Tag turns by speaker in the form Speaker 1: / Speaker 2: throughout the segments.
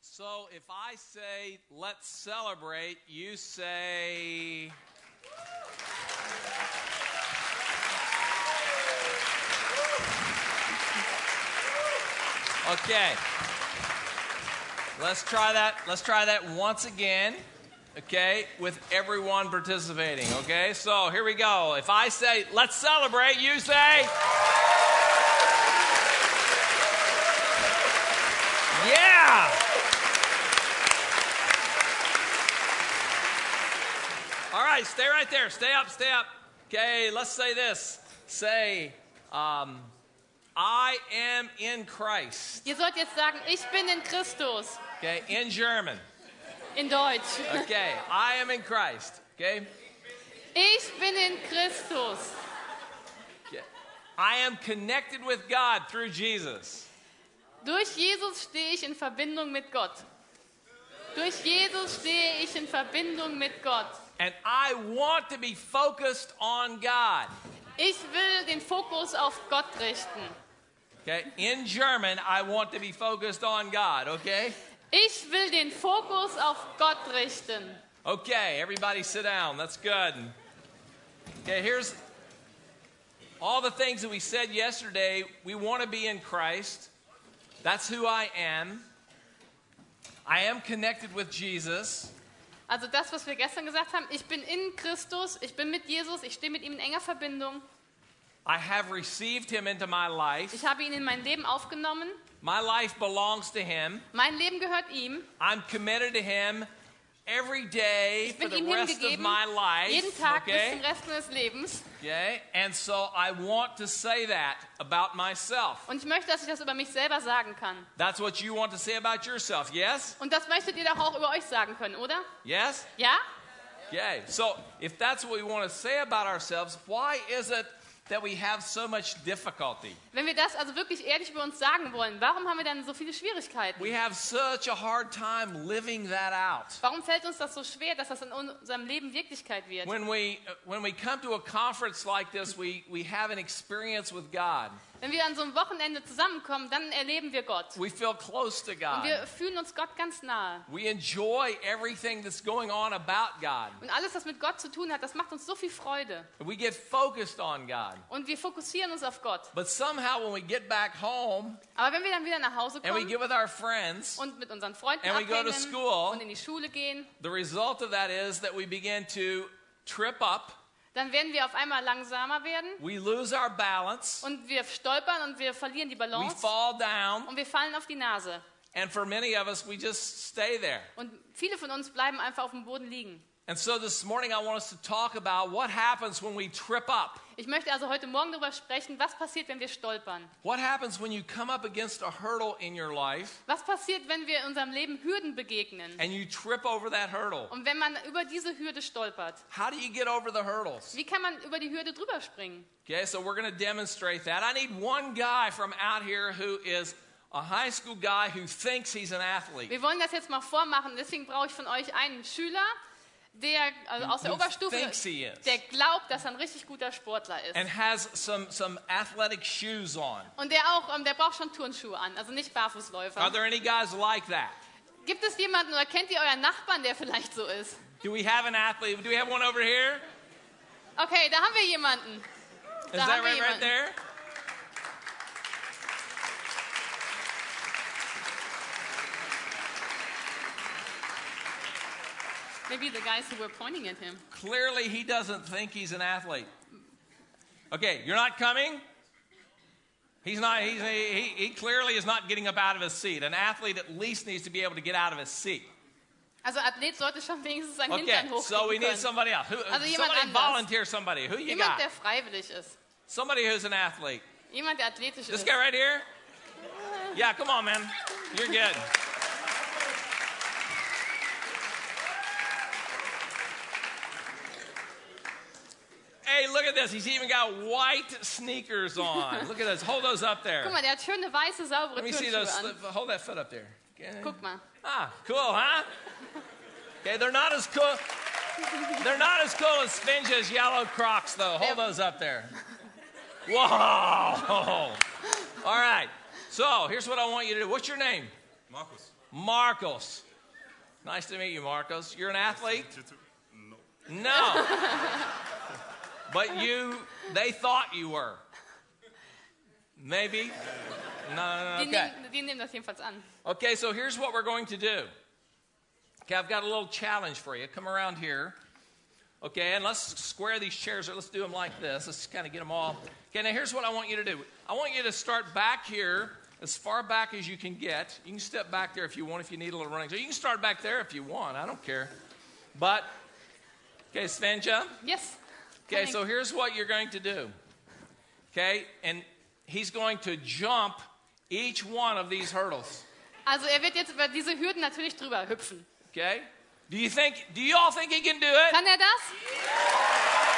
Speaker 1: So if I say, let's celebrate, you say. Okay. Let's try that. Let's try that once again. Okay, with everyone participating. Okay, so here we go. If I say, let's celebrate, you say. Yeah. All right, stay right there. Stay up, stay up. Okay, let's say this. Say, um, I am in Christ.
Speaker 2: Ihr sollt jetzt sagen, ich bin in Christus.
Speaker 1: Okay, in German.
Speaker 2: In Deutsch.
Speaker 1: Okay, I am in Christ. Okay?
Speaker 2: Ich bin in Christus.
Speaker 1: Yeah. I am connected with God through Jesus.
Speaker 2: Durch Jesus stehe ich in Verbindung mit Gott. Durch Jesus stehe ich in Verbindung mit Gott.
Speaker 1: And I want to be focused on God.
Speaker 2: Ich will den Fokus auf Gott richten.
Speaker 1: Okay? In German, I want to be focused on God. Okay?
Speaker 2: Ich will den Fokus auf Gott richten.
Speaker 1: Okay, everybody sit down. That's good. Okay, here's all the things that we said yesterday. We want to be in Christ. That's who I am. I am connected with Jesus.
Speaker 2: Also das, was wir gestern gesagt haben, ich bin in Christus, ich bin mit Jesus, ich stehe mit ihm in enger Verbindung.
Speaker 1: I have received him into my life.
Speaker 2: Ich habe ihn in mein Leben aufgenommen.
Speaker 1: My life belongs to him.
Speaker 2: Mein Leben gehört ihm.
Speaker 1: I'm committed to him every day
Speaker 2: Ich
Speaker 1: for
Speaker 2: bin
Speaker 1: the
Speaker 2: ihm
Speaker 1: rest of
Speaker 2: hingegeben,
Speaker 1: my life.
Speaker 2: jeden Tag bis
Speaker 1: okay?
Speaker 2: zum Rest meines Lebens.
Speaker 1: okay? And so I want to say that about myself.
Speaker 2: Und ich möchte, dass ich das über mich selber sagen kann.
Speaker 1: That's what you want to say about yourself. Yes?
Speaker 2: Und das möchtet ihr doch auch über euch sagen können, oder?
Speaker 1: Yes?
Speaker 2: Ja?
Speaker 1: Okay. So if that's what we want to say about ourselves, why is it that we have so much difficulty?
Speaker 2: Wenn wir das also wirklich ehrlich über uns sagen wollen, warum haben wir dann so viele Schwierigkeiten?
Speaker 1: We have such a hard time living that out.
Speaker 2: Warum fällt uns das so schwer, dass das in unserem Leben Wirklichkeit wird?
Speaker 1: When we uh, when we come to a conference like this, we, we have an experience with God.
Speaker 2: Wenn wir an so einem Wochenende zusammenkommen, dann erleben wir Gott.
Speaker 1: We feel close to
Speaker 2: Und
Speaker 1: God.
Speaker 2: wir fühlen uns Gott ganz nahe.
Speaker 1: We enjoy everything that's going on about God.
Speaker 2: Und alles, was mit Gott zu tun hat, das macht uns so viel Freude.
Speaker 1: We get focused on God.
Speaker 2: Und wir fokussieren uns auf Gott.
Speaker 1: But somehow when we get back home
Speaker 2: Aber wenn wir dann wieder nach Hause
Speaker 1: and we
Speaker 2: kommen
Speaker 1: get with our friends,
Speaker 2: und mit unseren Freunden
Speaker 1: And we go to
Speaker 2: abhängen
Speaker 1: school.
Speaker 2: und in die Schule gehen,
Speaker 1: the result of that is that we begin to trip up,
Speaker 2: dann werden wir auf einmal langsamer werden
Speaker 1: we lose our balance,
Speaker 2: und wir stolpern und wir verlieren die
Speaker 1: we
Speaker 2: Balance
Speaker 1: fall down,
Speaker 2: und wir fallen auf die Nase.
Speaker 1: and for many of us, we just stay there.
Speaker 2: Und viele von uns bleiben einfach auf dem Boden liegen.
Speaker 1: And so this morning, I want us to talk about what happens when we trip up.
Speaker 2: Ich möchte also heute Morgen darüber sprechen, was passiert, wenn wir stolpern.
Speaker 1: What happens when you come up against a hurdle in your life
Speaker 2: Was passiert, wenn wir in unserem Leben Hürden begegnen?
Speaker 1: and you trip over that hurdle?
Speaker 2: Und wenn man über diese Hürde stolpert?
Speaker 1: How do you get over the hurdles?
Speaker 2: Wie kann man über die Hürde drüber springen?
Speaker 1: Okay, so we're going to demonstrate that. I need one guy from out here who is a high school guy who thinks he's an athlete.
Speaker 2: Wir wollen das jetzt mal vormachen, deswegen brauche ich von euch einen Schüler, der also aus der
Speaker 1: Who
Speaker 2: Oberstufe,
Speaker 1: thinks he is.
Speaker 2: der glaubt, dass er ein richtig guter Sportler ist.
Speaker 1: And has some, some athletic shoes on.
Speaker 2: Und der auch, ähm, der braucht schon Turnschuhe an, also nicht
Speaker 1: Are
Speaker 2: Barfußläufer.
Speaker 1: there any guys like that?
Speaker 2: Gibt es jemanden oder kennt ihr euren Nachbarn, der vielleicht so ist?
Speaker 1: Do we have an athlete? Do we have one over here?
Speaker 2: Okay, da haben wir jemanden.
Speaker 1: Is
Speaker 2: Da
Speaker 1: that
Speaker 2: haben wir
Speaker 1: right, right
Speaker 2: jemanden.
Speaker 1: there?
Speaker 2: Maybe the guys who were pointing at him.
Speaker 1: Clearly, he doesn't think he's an athlete. Okay, you're not coming? He's not, he's, he, he- he clearly is not getting up out of his seat. An athlete at least needs to be able to get out of his seat.
Speaker 2: Also Athlet sollte schon wenigstens seinen
Speaker 1: Okay,
Speaker 2: Hintern hochkriegen
Speaker 1: so we need
Speaker 2: können.
Speaker 1: somebody else. Who,
Speaker 2: Also jemand
Speaker 1: somebody
Speaker 2: anders.
Speaker 1: volunteer somebody. Who you got?
Speaker 2: Jemand, der freiwillig ist.
Speaker 1: Somebody who's an athlete.
Speaker 2: Jemand, der athletisch
Speaker 1: This
Speaker 2: ist.
Speaker 1: guy right here? Yeah, come on, man. You're good. Hey, look at this. He's even got white sneakers on. Look at this. Hold those up there.
Speaker 2: Guck mal, der hat schöne weiße, saubere
Speaker 1: Let me see
Speaker 2: Turnschuhe
Speaker 1: those.
Speaker 2: an.
Speaker 1: Hold that foot up there. Okay.
Speaker 2: Guck mal.
Speaker 1: Ah, cool, huh? Okay, they're not as cool. They're not as cool as Finja's yellow Crocs, though. Hold
Speaker 2: They're-
Speaker 1: those up there. Whoa! All right. So here's what I want you to do. What's your name?
Speaker 3: Markus.
Speaker 1: Marcos. Nice to meet you, Marcos. You're an athlete?
Speaker 3: You too? No.
Speaker 1: No. but you, they thought you were. Maybe? No, no, no.
Speaker 2: Die,
Speaker 1: Okay.
Speaker 2: nehmen, die nehmen das jedenfalls an.
Speaker 1: Okay, so here's what we're going to do. Okay, I've got a little challenge for you. Come around here. Okay, and let's square these chairs, or let's do them like this. Let's kind of get them all. Okay, now here's what I want you to do. I want you to start back here, as far back as you can get. You can step back there if you want, if you need a little running. So you can start back there if you want. I don't care. But, okay, Svenja.
Speaker 2: Yes.
Speaker 1: Okay,
Speaker 2: Coming.
Speaker 1: so here's what you're going to do. Okay, and he's going to jump each one of these hurdles.
Speaker 2: Also er wird jetzt über diese Hürden natürlich drüber hüpfen.
Speaker 1: Okay? Do you think do you all think he can do it?
Speaker 2: Kann er das?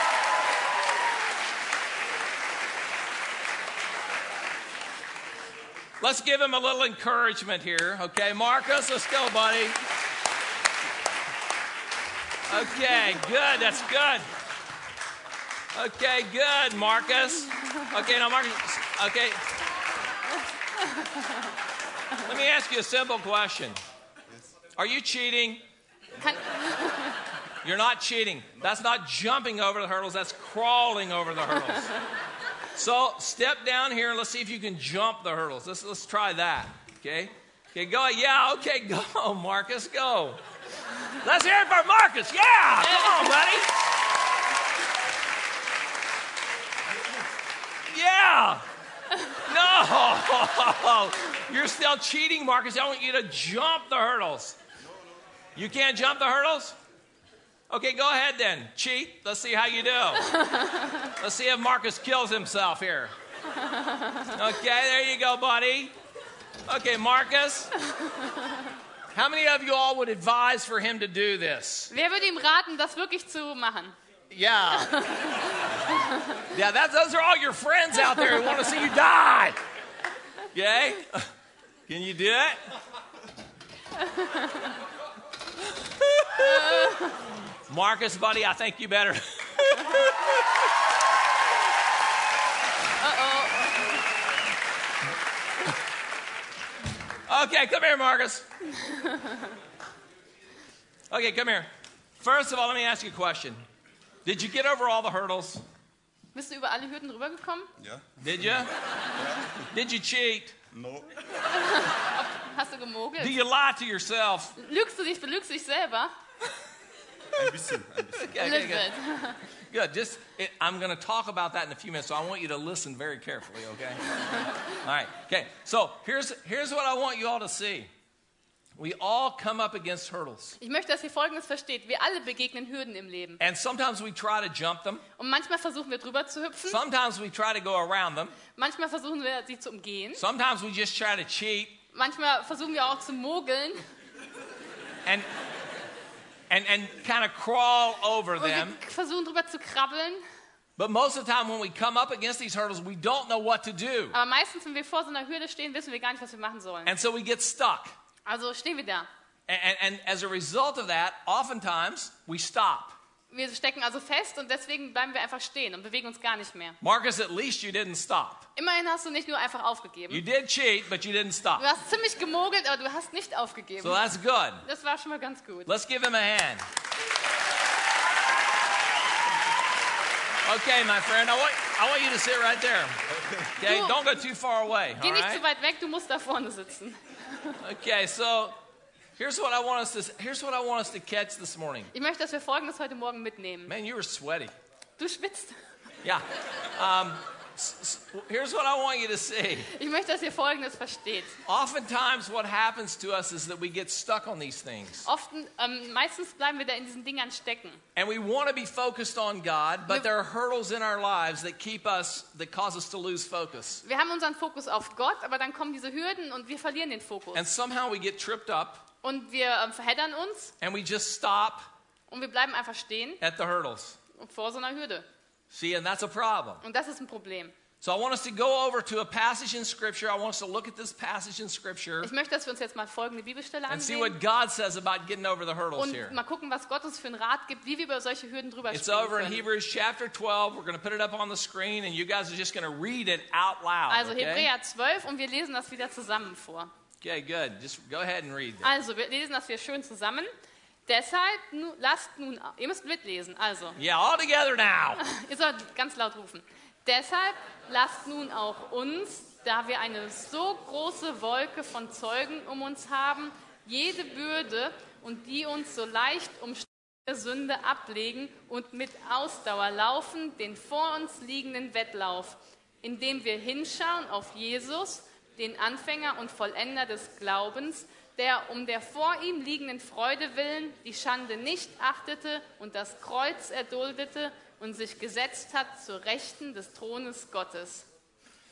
Speaker 1: Let's give him a little encouragement here. Okay, Marcus, let's go, buddy. Okay, good. That's good. Okay, good, Marcus. Okay, now Marcus. Okay. Let me ask you a simple question. Are you cheating?
Speaker 2: Kann,
Speaker 1: You're not cheating. That's not jumping over the hurdles, that's crawling over the hurdles. so step down here and let's see if you can jump the hurdles. Let's, let's try that. Okay? Okay, go. Yeah, okay, go, Marcus, go. Let's hear it for Marcus. Yeah, come on, buddy. Yeah. No. You're still cheating, Marcus. I want you to jump the hurdles. You can't jump the hurdles? Okay, go ahead then. Cheat. Let's see how you do. Let's see if Marcus kills himself here. Okay, there you go, buddy. Okay, Marcus. How many of you all would advise for him to do this?
Speaker 2: wer würde ihm raten, das wirklich zu machen?
Speaker 1: Yeah. Yeah, that, those are all your friends out there who want to see you die. Okay? Can you do it? Marcus, buddy, I think you better. Okay, come here, Marcus. Okay, come here. First of all, let me ask you a question. Did you get over all the hurdles?
Speaker 2: Bist du über alle Hürden rübergekommen?
Speaker 3: Yeah?
Speaker 1: Did you? Did you cheat?
Speaker 3: No.
Speaker 2: Hast du
Speaker 1: Do
Speaker 2: gemogelt?
Speaker 1: you lie to yourself?
Speaker 2: Lügst du dich, belügst dich selber?
Speaker 3: Ein bisschen, ein bisschen.
Speaker 1: Okay, okay, good.
Speaker 2: Elizabeth.
Speaker 1: Good. Just, it, I'm going to talk about that in a few minutes, so I want you to listen very carefully. Okay. all right. Okay. So here's here's what I want you all to see. We all come up against hurdles,
Speaker 2: Ich möchte, dass ihr Folgendes versteht. Wir alle begegnen Hürden im Leben.
Speaker 1: and sometimes we try to jump them.
Speaker 2: Und manchmal versuchen wir drüber zu hüpfen.
Speaker 1: Sometimes we try to go around them.
Speaker 2: Manchmal versuchen wir, sie zu umgehen.
Speaker 1: Sometimes we just try to cheat.
Speaker 2: Manchmal versuchen wir auch zu mogeln.
Speaker 1: and and and kind of crawl over
Speaker 2: Und wir
Speaker 1: them.
Speaker 2: versuchen drüber zu krabbeln.
Speaker 1: But most of the time when we come up against these hurdles, we don't know what to do.
Speaker 2: Aber meistens, wenn wir vor so einer Hürde stehen, wissen wir gar nicht, was wir machen sollen.
Speaker 1: And so we get stuck.
Speaker 2: Also stehen wir da.
Speaker 1: And, and, and as a result of that, oftentimes we stop.
Speaker 2: Wir stecken also fest und deswegen bleiben wir einfach stehen und bewegen uns gar nicht mehr.
Speaker 1: Marcus, at least you didn't stop.
Speaker 2: Immerhin hast du nicht nur einfach aufgegeben.
Speaker 1: You did cheat, but you didn't
Speaker 2: Du
Speaker 1: stop.
Speaker 2: hast ziemlich gemogelt, aber du hast nicht
Speaker 1: So äh,
Speaker 2: aufgegeben.
Speaker 1: that's good.
Speaker 2: Das war schon mal ganz gut.
Speaker 1: Let's give him a hand. Okay, my friend, I want, I want you to sit right there. Okay, don't go too far away.
Speaker 2: Geh
Speaker 1: all
Speaker 2: nicht
Speaker 1: right?
Speaker 2: zu weit weg, du musst da vorne sitzen.
Speaker 1: Okay, so here's what I want us to here's what I want us to catch this morning.
Speaker 2: Ich möchte, dass wir Folgendes heute Morgen mitnehmen.
Speaker 1: Man, you were sweaty.
Speaker 2: Du schwitzt.
Speaker 1: Yeah. Um, s- s- here's what I want you to see.
Speaker 2: Ich möchte, dass ihr Folgendes versteht.
Speaker 1: Oftentimes, what happens to us is that we get stuck on these things,
Speaker 2: Oft, ähm, meistens bleiben wir da in diesen Dingern stecken.
Speaker 1: and we want to be focused on God, but there are hurdles in our lives that keep us that cause us to lose focus,
Speaker 2: Wir haben unseren Fokus auf Gott, aber dann kommen diese Hürden und wir verlieren den Fokus.
Speaker 1: and somehow we get tripped up,
Speaker 2: Und wir ähm, verheddern uns
Speaker 1: and we just stop
Speaker 2: und wir bleiben einfach stehen
Speaker 1: at the hurdles.
Speaker 2: vor so einer Hürde.
Speaker 1: See, and that's a problem.
Speaker 2: Und das ist ein Problem.
Speaker 1: So I want us to go over to a passage in Scripture. I want us to look at this passage in Scripture.
Speaker 2: Ich möchte, dass wir uns jetzt mal folgende Bibelstelle
Speaker 1: and see what
Speaker 2: ansehen
Speaker 1: God says about getting over the hurdles here.
Speaker 2: und mal gucken, was Gott uns für einen Rat gibt, wie wir über solche Hürden drüber
Speaker 1: It's
Speaker 2: springen
Speaker 1: over in
Speaker 2: können.
Speaker 1: Hebrews chapter 12. We're going to put it up on the screen, and you guys are just going to read it out loud.
Speaker 2: Also
Speaker 1: okay?
Speaker 2: Hebräer 12 und wir lesen das wieder zusammen vor.
Speaker 1: Okay, good. Just go ahead and read that.
Speaker 2: Also, wir lesen das hier schön zusammen. Deshalb nu, lasst nun, ihr müsst mitlesen, also,
Speaker 1: Yeah, all together now.
Speaker 2: ihr sollt ganz laut rufen. Deshalb lasst nun auch uns, da wir eine so große Wolke von Zeugen um uns haben, jede Bürde und die uns so leicht umsteht, der Sünde ablegen und mit Ausdauer laufen den vor uns liegenden Wettlauf, indem wir hinschauen auf Jesus, den Anfänger und Vollender des Glaubens, der um der vor ihm liegenden Freude willen die Schande nicht achtete und das Kreuz erduldete und sich gesetzt hat zur Rechten des Thrones Gottes.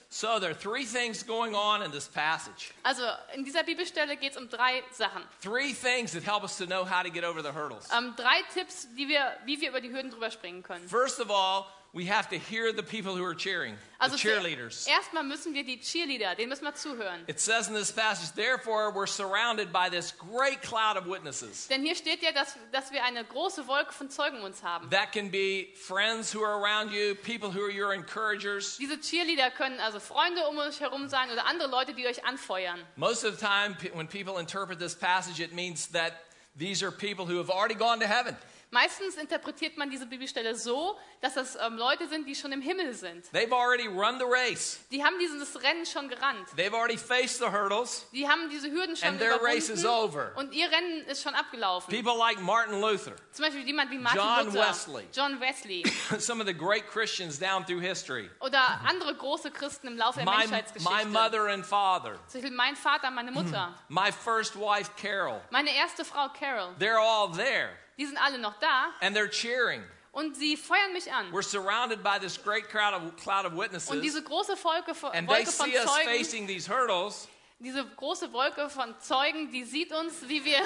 Speaker 1: So there are three things going on in this passage.
Speaker 2: Also in dieser Bibelstelle geht es um drei Sachen.
Speaker 1: Three things that help us to know how to get over the hurdles.
Speaker 2: Ähm, drei Tipps, die wir, wie wir über die Hürden drüber springen können.
Speaker 1: First of all, we have to hear the people who are cheering, the
Speaker 2: Also zu-
Speaker 1: cheerleaders.
Speaker 2: erstmal müssen wir die Cheerleader, denen müssen wir zuhören.
Speaker 1: It says in this passage, therefore, we're surrounded by this great cloud of witnesses.
Speaker 2: Denn hier steht ja, dass, dass wir eine große Wolke von Zeugen um uns haben.
Speaker 1: That can be friends who are around you, people who are your encouragers.
Speaker 2: Diese Cheerleader können also Freunde um euch herum sein oder andere Leute, die euch anfeuern.
Speaker 1: Most of the time, pe- when people interpret this passage, it means that these are people who have already gone to heaven.
Speaker 2: Meistens interpretiert man diese Bibelstelle so, dass das ähm, Leute sind, die schon im Himmel sind.
Speaker 1: They've already run the race,
Speaker 2: Die haben dieses Rennen schon gerannt.
Speaker 1: they've already faced the hurdles.
Speaker 2: Die haben diese Hürden schon
Speaker 1: And their race is
Speaker 2: überwunden
Speaker 1: over.
Speaker 2: und ihr Rennen ist schon abgelaufen.
Speaker 1: People like Martin Luther,
Speaker 2: Zum Beispiel jemand wie Martin
Speaker 1: John
Speaker 2: Luther,
Speaker 1: Wesley.
Speaker 2: John Wesley
Speaker 1: some of the great Christians down through history.
Speaker 2: oder andere große Christen im Laufe der
Speaker 1: My,
Speaker 2: Menschheitsgeschichte.
Speaker 1: my mother Mhm. and father,
Speaker 2: Zum Beispiel mein Vater, meine Mutter,
Speaker 1: my first wife Carol,
Speaker 2: meine erste Frau Carol.
Speaker 1: they're all there
Speaker 2: Die sind alle noch da
Speaker 1: and they're cheering.
Speaker 2: und sie feuern mich an.
Speaker 1: We're surrounded by this great crowd of, cloud of
Speaker 2: Und
Speaker 1: witnesses
Speaker 2: diese große Wolke von,
Speaker 1: and they
Speaker 2: Wolke von
Speaker 1: see us
Speaker 2: Zeugen,
Speaker 1: facing these hurdles
Speaker 2: diese große Wolke von Zeugen, die sieht uns, wie wir
Speaker 1: And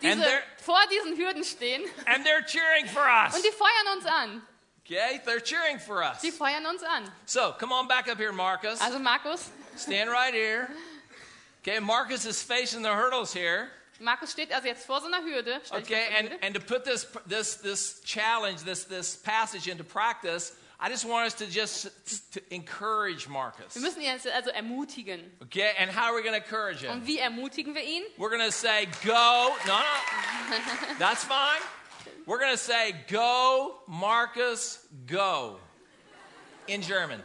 Speaker 2: diese,
Speaker 1: they're-
Speaker 2: vor diesen Hürden stehen und
Speaker 1: and they're cheering for us.
Speaker 2: die feuern uns an.
Speaker 1: Okay, they're cheering for us.
Speaker 2: Die feuern uns an.
Speaker 1: So come on back up here, Marcus.
Speaker 2: Also Markus,
Speaker 1: Stand right here. Okay, Marcus is facing the hurdles here.
Speaker 2: Markus steht also jetzt vor so einer Hürde. stell dich
Speaker 1: Okay,
Speaker 2: vor so eine
Speaker 1: and,
Speaker 2: Hürde.
Speaker 1: and to put this, this, this challenge, this, this passage into practice, I just want us to just to encourage Marcus.
Speaker 2: Wir müssen ihn jetzt also ermutigen.
Speaker 1: Okay, and how are we going to encourage him?
Speaker 2: Und wie ermutigen wir ihn?
Speaker 1: We're going to say, go. No, no. That's fine. We're going to say, go, Marcus, go. In German.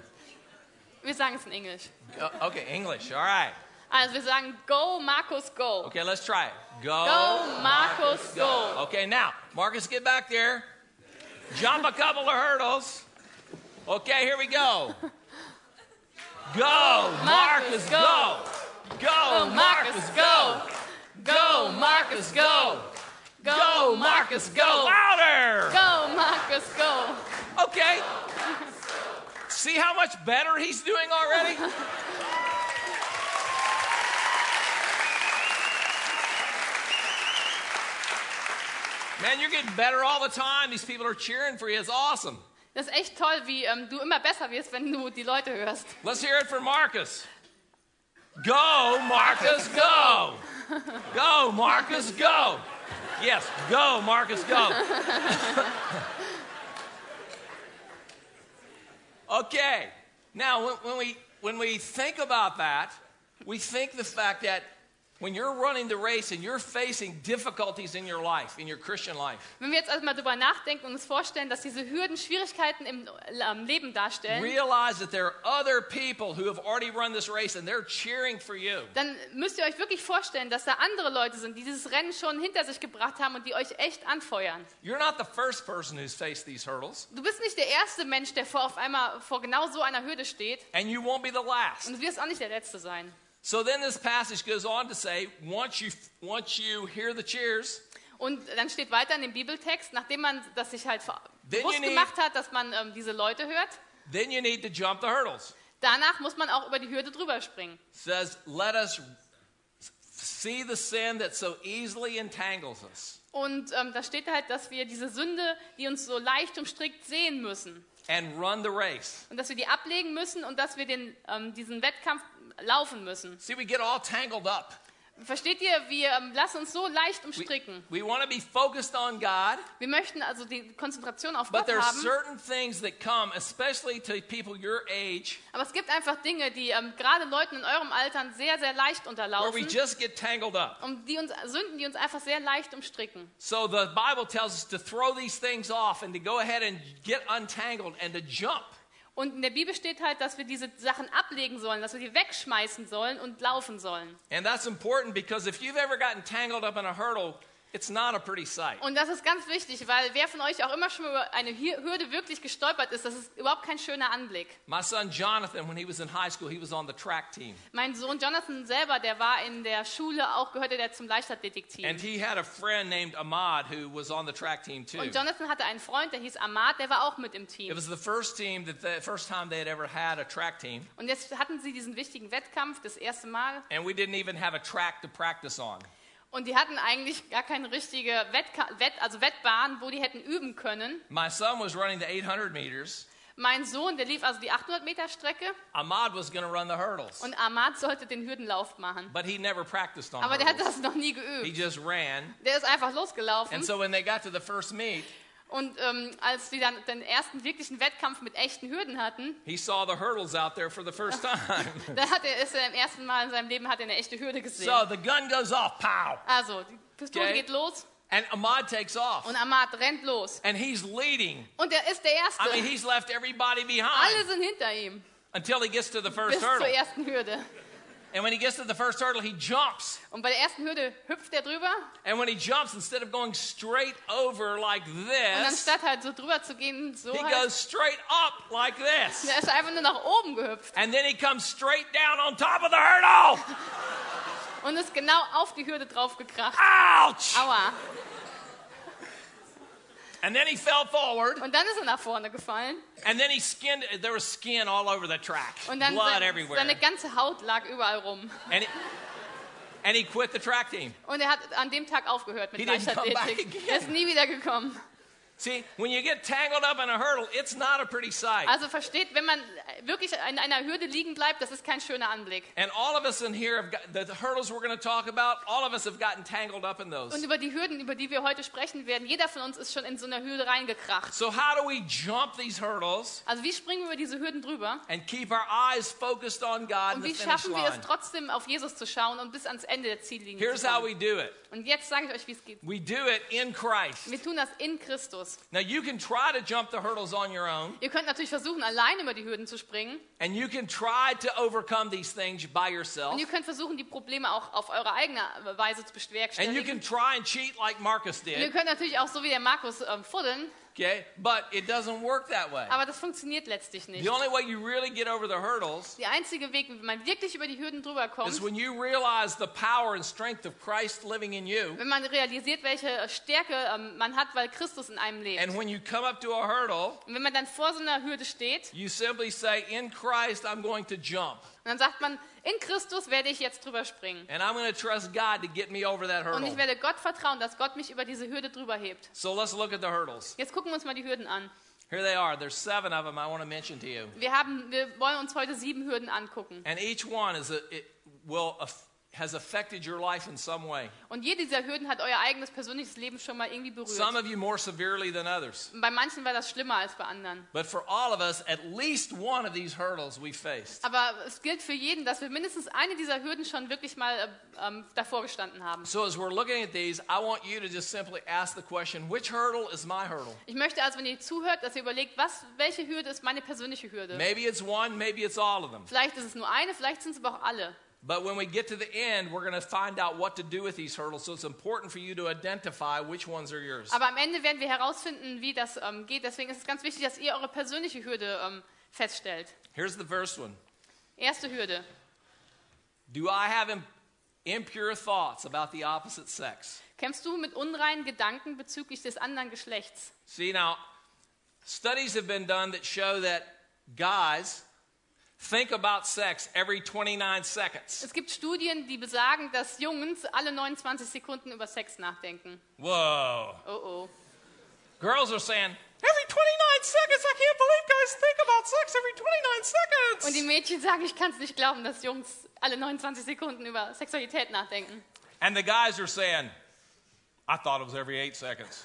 Speaker 2: Wir sagen es in Englisch.
Speaker 1: Go- okay, English. All right.
Speaker 2: Also wir sagen, go Markus, go.
Speaker 1: Okay, let's try it. Go.
Speaker 2: Go Markus, go.
Speaker 1: Okay, now, Marcus, get back there. Jump a couple of hurdles. Okay, here we go. Go, Marcus,
Speaker 2: Marcus,
Speaker 1: go.
Speaker 2: go.
Speaker 1: Go, Marcus, go. Go, Marcus, go. Go, Marcus, go. Louder.
Speaker 2: Go Markus, go.
Speaker 1: Okay. See how much better he's doing already? Man, you're getting better all the time. These people are cheering for you. It's awesome.
Speaker 2: Das ist echt toll, wie ähm, du immer besser wirst, wenn du die Leute hörst.
Speaker 1: Let's hear it for Marcus. Go, Marcus, go. Go, Marcus, go. Yes, go, Marcus, go. okay. Now, when, when, we, when we think about that, we think the fact that when you're running the race and you're facing difficulties in your life, in your Christian life,
Speaker 2: Wenn wir jetzt also mal drüber nachdenken und uns vorstellen, dass diese Hürden Schwierigkeiten im ähm, Leben darstellen,
Speaker 1: realize that there are other people who have already run this race and they're cheering for you.
Speaker 2: dann müsst ihr euch wirklich vorstellen, dass da andere Leute sind, die dieses Rennen schon hinter sich gebracht haben und die euch echt anfeuern.
Speaker 1: You're not the first person who's faced these hurdles,
Speaker 2: Du bist nicht der erste Mensch, der vor auf einmal vor genau so einer Hürde steht.
Speaker 1: and you won't be the last.
Speaker 2: Und du wirst auch nicht der Letzte sein.
Speaker 1: So then this passage goes on to say, once you once you hear the cheers,
Speaker 2: Und dann steht weiter in dem Bibeltext, nachdem man das sich halt ver-
Speaker 1: Then you
Speaker 2: bewusst
Speaker 1: need-
Speaker 2: gemacht hat, dass man ähm, diese Leute hört,
Speaker 1: then you need to jump the hurdles.
Speaker 2: danach muss man auch über die Hürde drüber springen.
Speaker 1: It says, let us see the sin that so easily entangles us
Speaker 2: Und ähm, da steht halt, dass wir diese Sünde, die uns so leicht umstrickt, sehen müssen.
Speaker 1: and run the race.
Speaker 2: Und dass wir die ablegen müssen und dass wir den, ähm, diesen Wettkampf laufen müssen.
Speaker 1: See, we get all tangled up.
Speaker 2: Versteht ihr, wir ähm, lassen uns so leicht
Speaker 1: We,
Speaker 2: umstricken.
Speaker 1: we want to be focused on God,
Speaker 2: Wir möchten also die Konzentration auf
Speaker 1: but
Speaker 2: Gott
Speaker 1: there are
Speaker 2: haben.
Speaker 1: certain things that come, especially to people your age,
Speaker 2: Aber es gibt einfach Dinge, die ähm, gerade Leuten in eurem Alter sehr, sehr leicht
Speaker 1: where we
Speaker 2: unterlaufen.
Speaker 1: just get tangled up.
Speaker 2: Um die uns, Sünden, die uns einfach sehr leicht umstricken.
Speaker 1: So the Bible tells us to throw these things off and to go ahead and get untangled and to jump.
Speaker 2: Und in der Bibel steht halt, dass wir diese Sachen ablegen sollen, dass wir die wegschmeißen sollen und laufen sollen.
Speaker 1: And that's important because if you've ever gotten tangled up in a hurdle, it's not a pretty sight.
Speaker 2: Und das ist ganz wichtig, weil wer von euch auch immer schon mal über eine Hir- Hürde wirklich gestolpert ist, das ist überhaupt kein schöner Anblick.
Speaker 1: My son Jonathan, when he was in high school, he was on the track team.
Speaker 2: Mein Sohn Jonathan selber, der war in der Schule auch, gehörte der zum
Speaker 1: And
Speaker 2: Leichtathletikteam.
Speaker 1: he had a friend named Ahmad who was on the track team too.
Speaker 2: Und Jonathan hatte einen Freund, der hieß Ahmad, der war auch mit im
Speaker 1: It
Speaker 2: Team.
Speaker 1: was the first team that the first time they had ever had a track team,
Speaker 2: Und jetzt hatten sie diesen wichtigen Wettkampf das erste Mal.
Speaker 1: and we didn't even have a track to practice on.
Speaker 2: Und die hatten eigentlich gar keine richtige Wettka Wett also Wettbahn, wo die hätten üben können.
Speaker 1: My son was running the 800 meters.
Speaker 2: Mein Sohn, der lief also die 800 Meter Strecke
Speaker 1: Ahmad was going to run the hurdles,
Speaker 2: und Ahmad sollte den Hürdenlauf machen.
Speaker 1: but he never practiced on
Speaker 2: Aber der hat
Speaker 1: hurdles.
Speaker 2: das noch nie
Speaker 1: He
Speaker 2: geübt.
Speaker 1: just ran.
Speaker 2: Der ist einfach losgelaufen.
Speaker 1: And so when they got to the first meet,
Speaker 2: Und ähm, als die dann den ersten wirklichen Wettkampf mit echten Hürden hatten,
Speaker 1: he saw the hurdles out there for the first time.
Speaker 2: da hat er, ist er im ersten Mal in seinem Leben hat er eine echte Hürde gesehen.
Speaker 1: Hm. so the gun goes off, pow,
Speaker 2: Also, die Pistole
Speaker 1: Okay.
Speaker 2: geht los
Speaker 1: and Ahmad takes off,
Speaker 2: und Ahmad rennt los.
Speaker 1: and he's leading.
Speaker 2: Und er ist der Erste.
Speaker 1: I mean, he's left everybody
Speaker 2: Alle
Speaker 1: behind
Speaker 2: sind hinter ihm
Speaker 1: until he gets to the
Speaker 2: bis
Speaker 1: first
Speaker 2: zur
Speaker 1: hurdle.
Speaker 2: ersten Hürde.
Speaker 1: And when he gets to the first hurdle, he jumps.
Speaker 2: Und bei der ersten Hürde hüpft er drüber.
Speaker 1: And when he jumps, instead of going straight over like
Speaker 2: Und
Speaker 1: this,
Speaker 2: anstatt halt so drüber zu gehen, so
Speaker 1: he
Speaker 2: halt,
Speaker 1: goes straight up like this.
Speaker 2: er ist einfach nur nach oben gehüpft
Speaker 1: And then he comes straight down on top of the hurdle.
Speaker 2: und ist genau auf die Hürde draufgekracht.
Speaker 1: Ouch!
Speaker 2: Aua.
Speaker 1: And then he fell forward.
Speaker 2: Und dann ist er nach vorne gefallen.
Speaker 1: And then he skinned. There was skin all over the track,
Speaker 2: Und dann
Speaker 1: blood
Speaker 2: sein-
Speaker 1: everywhere.
Speaker 2: seine ganze Haut lag überall rum.
Speaker 1: and, he, and he quit the track team.
Speaker 2: Und er hat an dem Tag aufgehört mit
Speaker 1: He didn't come back
Speaker 2: Leichtathletik.
Speaker 1: again.
Speaker 2: Er ist nie wieder gekommen.
Speaker 1: See, when you get tangled up in a hurdle, it's not a pretty sight.
Speaker 2: Also versteht, wenn man wirklich in einer Hürde liegen bleibt, das ist kein schöner Anblick.
Speaker 1: and all of us in here have got the, the hurdles we're going to talk about. All of us have gotten tangled up in those.
Speaker 2: Und über die Hürden, über die wir heute sprechen werden, jeder von uns ist schon in so einer Hürde reingekracht.
Speaker 1: So how do we jump these hurdles
Speaker 2: Also wie springen wir über diese Hürden drüber?
Speaker 1: and keep our eyes focused on God and
Speaker 2: Und
Speaker 1: the
Speaker 2: wie
Speaker 1: finish
Speaker 2: schaffen wir
Speaker 1: line?
Speaker 2: es trotzdem, auf Jesus zu schauen und bis ans Ende der Ziellinie
Speaker 1: Here's
Speaker 2: zu
Speaker 1: how
Speaker 2: kommen?
Speaker 1: we do it.
Speaker 2: Und jetzt sage ich euch, wie es geht.
Speaker 1: We do it in Christ.
Speaker 2: Wir tun das in Christus.
Speaker 1: Now you can try to jump the hurdles on your own,
Speaker 2: Ihr könnt natürlich versuchen, allein über die Hürden zu springen.
Speaker 1: and you can try to overcome these things by
Speaker 2: Und
Speaker 1: yourself,
Speaker 2: ihr könnt versuchen, die Probleme auch auf eure eigene Weise zu
Speaker 1: and you
Speaker 2: bewerkstelligen.
Speaker 1: can try and cheat like Marcus
Speaker 2: Und ihr
Speaker 1: did.
Speaker 2: könnt natürlich auch so wie der Markus ähm, fuddeln,
Speaker 1: Okay, but it doesn't work that way.
Speaker 2: aber das funktioniert letztlich nicht.
Speaker 1: The only way you really get over the hurdles
Speaker 2: Die einzige Weg, wie man wirklich über die Hürden drüber
Speaker 1: is
Speaker 2: kommt,
Speaker 1: when you realize the power and strength of Christ living in you,
Speaker 2: wenn man realisiert, welche Stärke ähm, man hat, weil Christus in einem lebt.
Speaker 1: and when you come up to a hurdle,
Speaker 2: Und wenn man dann vor so einer Hürde steht,
Speaker 1: you simply say, "In Christ, I'm going to jump."
Speaker 2: dann sagt man, in Christus werde ich jetzt drüber springen.
Speaker 1: And I'm going to trust God to get me over that
Speaker 2: Und
Speaker 1: hurdle.
Speaker 2: ich werde Gott vertrauen, dass Gott mich über diese Hürde drüber hebt.
Speaker 1: So let's look at the hurdles.
Speaker 2: Jetzt gucken wir uns mal die Hürden an.
Speaker 1: Here they are. There's seven of them I want to mention to you.
Speaker 2: Wir, haben, wir wollen uns heute sieben Hürden angucken.
Speaker 1: And each one is a, it will aff- has affected your life in some way.
Speaker 2: Und jede dieser Hürden hat euer eigenes persönliches Leben schon mal irgendwie berührt.
Speaker 1: Some of you more severely than others.
Speaker 2: Und bei manchen war das schlimmer als bei anderen.
Speaker 1: But for all of us, at least one of these hurdles we faced.
Speaker 2: Aber es gilt für jeden, dass wir mindestens eine dieser Hürden schon wirklich mal äh, ähm, davor gestanden haben.
Speaker 1: So as we're looking at these, I want you to just simply ask the question, which hurdle is my hurdle?
Speaker 2: Ich möchte also, wenn ihr zuhört, dass ihr überlegt, was, welche Hürde ist meine persönliche Hürde?
Speaker 1: Maybe it's one, maybe it's all of them.
Speaker 2: Vielleicht ist es nur eine, vielleicht sind es aber auch alle.
Speaker 1: But when we get to the end, we're going to find out what to do with these hurdles. So it's important for you to identify which ones are yours.
Speaker 2: Aber am Ende werden wir herausfinden, wie das ähm, geht. Deswegen ist es ganz wichtig, dass ihr eure persönliche Hürde ähm, feststellt.
Speaker 1: Here's the first one.
Speaker 2: Erste Hürde.
Speaker 1: Do I have im- impure thoughts about the opposite sex?
Speaker 2: Kämpfst du mit unreinen Gedanken bezüglich des anderen Geschlechts?
Speaker 1: See, now, studies have been done that show that guys think about sex every 29 seconds.
Speaker 2: Es gibt Studien, die besagen, dass Jungs alle 29 Sekunden über Sex nachdenken.
Speaker 1: Whoa.
Speaker 2: Oh oh.
Speaker 1: Girls are saying, every 29 seconds? I can't believe guys think about sex every 29
Speaker 2: Und die
Speaker 1: seconds.
Speaker 2: Mädchen sagen, ich kann es nicht glauben, dass Jungs alle 29 Sekunden über Sexualität nachdenken.
Speaker 1: And the guys are saying, I thought it was every eight seconds.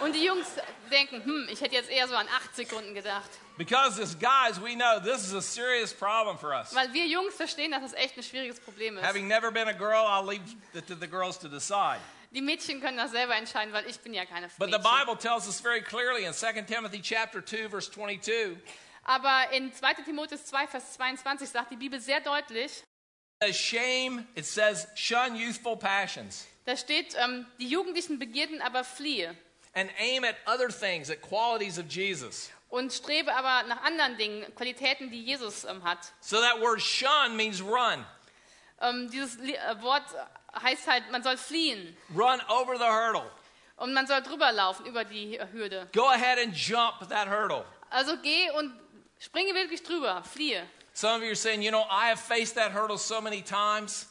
Speaker 2: Und die Jungs denken, hm, ich hätte jetzt eher so an acht Sekunden gedacht.
Speaker 1: Because as guys, we know this is a serious problem for us.
Speaker 2: Weil wir Jungs verstehen, dass das echt ein schwieriges Problem ist.
Speaker 1: Having never been a girl, I'll leave it to the girls to decide.
Speaker 2: Die Mädchen können das selber entscheiden, weil ich bin ja keine Frau.
Speaker 1: But the Bible tells us very clearly in 2 Timothy chapter 2 verse 22
Speaker 2: Aber in 2. Timotheus 2, Vers 22 sagt die Bibel sehr deutlich,
Speaker 1: says shame, it says shun youthful passions
Speaker 2: da steht, ähm, die Jugendlichen begierden aber fliehe
Speaker 1: and aim at other things, at qualities of Jesus.
Speaker 2: und strebe aber nach anderen Dingen, Qualitäten, die Jesus ähm, hat.
Speaker 1: So that word shun means run.
Speaker 2: Ähm, dieses Li- äh, Wort heißt halt, man soll fliehen
Speaker 1: Run over the hurdle.
Speaker 2: und man soll drüber laufen über die Hürde.
Speaker 1: Go ahead and jump that hurdle.
Speaker 2: Also geh und springe wirklich drüber, fliehe.
Speaker 1: Some of you are saying, you know, I have faced that hurdle so many times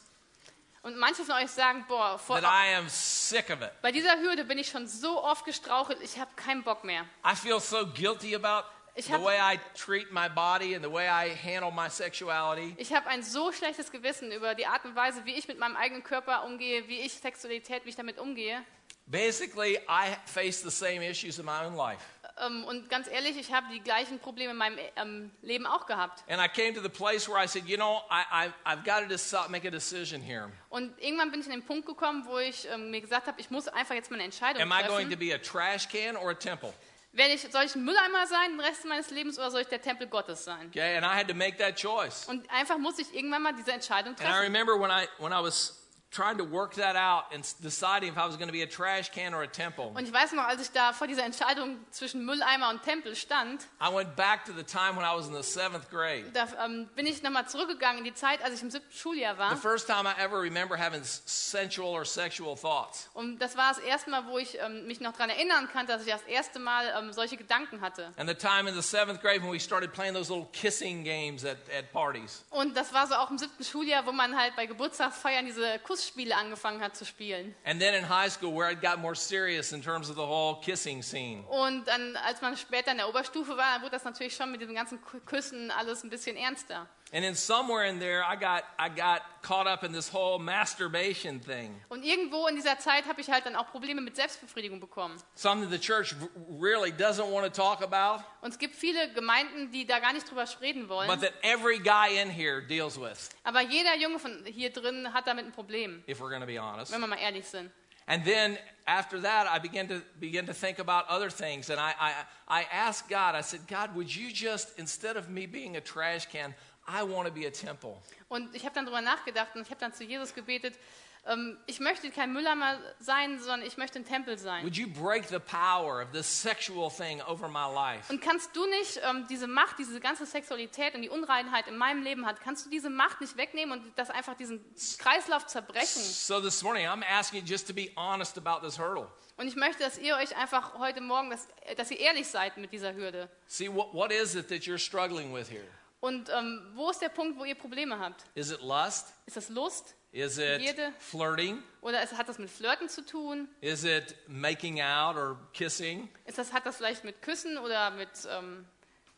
Speaker 2: Und manche von euch sagen, boah, vor,
Speaker 1: that I am sick of it.
Speaker 2: bei dieser Hürde bin ich schon so oft gestrauchelt, ich habe keinen Bock mehr.
Speaker 1: I feel so guilty about
Speaker 2: Ich
Speaker 1: the
Speaker 2: hab-
Speaker 1: way I treat my body and the way I handle my sexuality.
Speaker 2: Ich habe ein so schlechtes Gewissen über die Art und Weise, wie ich mit meinem eigenen Körper umgehe, wie ich Sexualität, wie ich damit umgehe.
Speaker 1: Basically, I face the same issues in my own life.
Speaker 2: Ähm, und ganz ehrlich, ich habe die gleichen Probleme in meinem ähm, Leben auch gehabt.
Speaker 1: And I came to the place where I said, you know, I, I, I've got to decide, make a decision here.
Speaker 2: Und irgendwann bin ich an den Punkt gekommen, wo ich ähm, mir gesagt habe, ich muss einfach jetzt meine Entscheidung
Speaker 1: Am I going to
Speaker 2: treffen.
Speaker 1: be a trash can or a temple?
Speaker 2: Werde ich, soll ich ein Mülleimer sein den Rest meines Lebens oder soll ich der Tempel Gottes sein?
Speaker 1: Okay, and I had to make that choice.
Speaker 2: Und einfach muss ich irgendwann mal diese Entscheidung
Speaker 1: And I
Speaker 2: treffen.
Speaker 1: remember when I, when I was trying to work that out and s- deciding if I was going to be a trash can or a temple,
Speaker 2: Und ich weiß noch, als ich da vor dieser Entscheidung zwischen Mülleimer und Tempel stand,
Speaker 1: I went back to the time when I was in the seventh grade.
Speaker 2: da ähm, bin ich nochmal zurückgegangen in die Zeit, als ich im siebten Schuljahr war.
Speaker 1: The first time I ever remember having s- sensual or sexual thoughts.
Speaker 2: Und das war das erste Mal, wo ich ähm, mich noch daran erinnern kann, dass ich das erste Mal ähm, solche Gedanken hatte.
Speaker 1: And the time in the seventh grade when we started playing those little kissing games at, at parties.
Speaker 2: Und das war so auch im siebten Schuljahr, wo man halt bei Geburtstagsfeiern diese Kussspiele angefangen hat zu spielen.
Speaker 1: And then in high school, where it got more serious in terms of the whole kissing scene.
Speaker 2: Und dann, als man später in der Oberstufe war, dann wurde das natürlich schon mit dem ganzen Kü- Küssen alles ein bisschen ernster.
Speaker 1: And then somewhere in there, I got, I got caught up in this whole masturbation thing.
Speaker 2: Und irgendwo in dieser Zeit habe ich halt dann auch Probleme mit Selbstbefriedigung bekommen.
Speaker 1: Something the church r- really doesn't want to talk about,
Speaker 2: Und es gibt viele Gemeinden, die da gar nicht drüber reden
Speaker 1: but
Speaker 2: wollen.
Speaker 1: that every guy in here deals with,
Speaker 2: Aber jeder Junge von hier drin hat damit ein Problem,
Speaker 1: if we're going to be honest.
Speaker 2: wenn wir mal ehrlich sind.
Speaker 1: And then after that, I began to, began to think about other things. And I, I, I asked God, I said, God, would you just, instead of me being a trash can, I want to be a temple.
Speaker 2: Und ich habe dann darüber nachgedacht und ich habe dann zu Jesus gebetet, ähm, ich möchte kein Mülleimer sein, sondern ich möchte ein Tempel sein.
Speaker 1: Would you break the power of this sexual thing over my life?
Speaker 2: Und kannst du nicht ähm, diese Macht, diese ganze Sexualität und die Unreinheit in meinem Leben hat, kannst du diese Macht nicht wegnehmen und das einfach diesen Kreislauf zerbrechen?
Speaker 1: So this morning, I'm asking you just to be honest about this hurdle.
Speaker 2: Und ich möchte, dass ihr euch einfach heute Morgen, dass, dass ihr ehrlich seid mit dieser Hürde.
Speaker 1: See, what, what is it that you're struggling with here?
Speaker 2: Und ähm, wo ist der Punkt, wo ihr Probleme habt?
Speaker 1: Is it lust?
Speaker 2: Ist das Lust?
Speaker 1: Is it
Speaker 2: Jede-
Speaker 1: flirting?
Speaker 2: Oder ist, hat das mit Flirten zu tun?
Speaker 1: Is it making out or kissing?
Speaker 2: Ist das, hat das vielleicht mit Küssen oder mit ähm,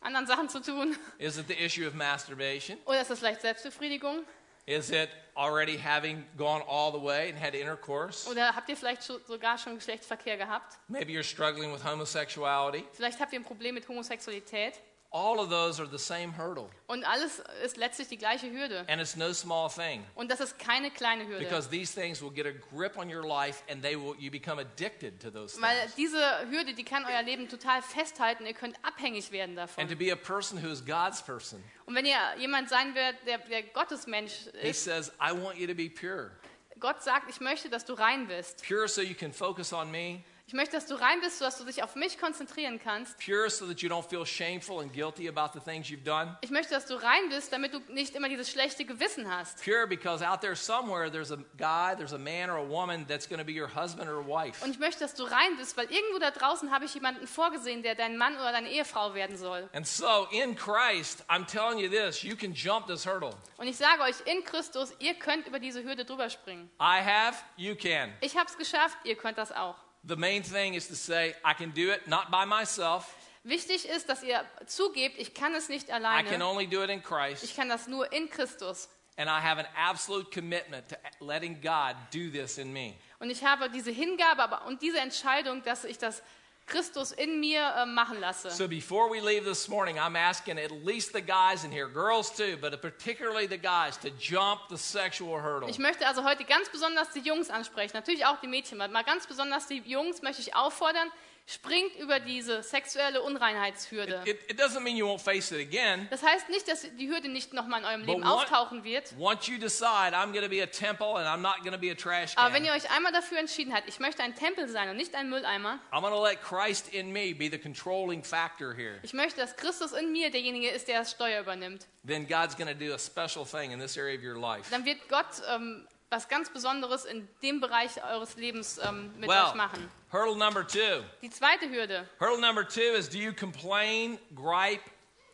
Speaker 2: anderen Sachen zu tun?
Speaker 1: Is it the issue of masturbation?
Speaker 2: Oder ist das vielleicht Selbstbefriedigung?
Speaker 1: Is it already having gone all the way and had intercourse?
Speaker 2: Oder habt ihr vielleicht scho- sogar schon Geschlechtsverkehr gehabt?
Speaker 1: Maybe you're struggling with homosexuality.
Speaker 2: Vielleicht habt ihr ein Problem mit Homosexualität?
Speaker 1: All of those are the same hurdle,
Speaker 2: Und alles ist letztlich die gleiche Hürde.
Speaker 1: and it's no small thing.
Speaker 2: Und das ist keine kleine Hürde.
Speaker 1: Because these things will get a grip on your life, and they will you become addicted to those
Speaker 2: Weil
Speaker 1: things.
Speaker 2: diese Hürde, die kann euer Leben total festhalten. Ihr könnt abhängig werden
Speaker 1: And to
Speaker 2: davon.
Speaker 1: be a person who is God's person,
Speaker 2: Und wenn ihr jemand sein werdet, der, der Gottesmensch
Speaker 1: He
Speaker 2: ist,
Speaker 1: says, I want you to be pure.
Speaker 2: Gott sagt, ich möchte, dass du rein bist.
Speaker 1: Pure so you can focus on me.
Speaker 2: Ich möchte, dass du rein bist, sodass du dich auf mich konzentrieren kannst.
Speaker 1: Pure so that you don't feel shameful and guilty about the things you've done.
Speaker 2: Ich möchte, dass du rein bist, damit du nicht immer dieses schlechte Gewissen hast.
Speaker 1: Pure because out there somewhere there's a guy, there's a man or a woman that's going to be your husband or wife.
Speaker 2: Und ich möchte, dass du rein bist, weil irgendwo da draußen habe ich jemanden vorgesehen, der dein Mann oder deine Ehefrau werden soll.
Speaker 1: And so in Christ, I'm telling you this, you can jump this hurdle.
Speaker 2: Und ich sage euch, in Christus, ihr könnt über diese Hürde drüber springen.
Speaker 1: I have, you can.
Speaker 2: Ich habe es geschafft, ihr könnt das auch.
Speaker 1: The main thing is to say, I can do it not by myself.
Speaker 2: Wichtig ist, dass ihr zugebt, ich kann es nicht
Speaker 1: I can
Speaker 2: alleine.
Speaker 1: only do it in Christ.
Speaker 2: Ich kann das nur in Christus.
Speaker 1: and I have an absolute commitment to letting God do this in me.
Speaker 2: Und ich habe diese Hingabe aber, und diese Entscheidung, dass ich das Christus in mir äh, machen lasse.
Speaker 1: So before we leave this morning, I'm asking at least the guys in here, girls too, but particularly the guys, to jump the sexual hurdle.
Speaker 2: Ich möchte also heute ganz besonders die Jungs ansprechen, natürlich auch die Mädchen, aber mal ganz besonders die Jungs möchte ich auffordern, springt über diese sexuelle Unreinheitshürde.
Speaker 1: It, it doesn't mean you won't face it again.
Speaker 2: Das heißt nicht, dass die Hürde nicht nochmal in eurem
Speaker 1: But
Speaker 2: Leben
Speaker 1: one-
Speaker 2: auftauchen wird,
Speaker 1: Once you decide I'm going to be a temple and I'm not going to be a trash
Speaker 2: aber wenn
Speaker 1: can,
Speaker 2: ihr euch einmal dafür entschieden habt, ich möchte ein Tempel sein und nicht ein Mülleimer,
Speaker 1: I'm going to let Christ in me be the controlling factor here.
Speaker 2: ich möchte, dass Christus in mir derjenige ist, der das Steuer übernimmt,
Speaker 1: Then God's going to do a special thing in this area of your life.
Speaker 2: dann wird Gott ähm, was ganz Besonderes in dem Bereich eures Lebens ähm, mit euch
Speaker 1: Well,
Speaker 2: machen.
Speaker 1: hurdle number two.
Speaker 2: Die zweite Hürde.
Speaker 1: Hurdle number two is do you complain, gripe,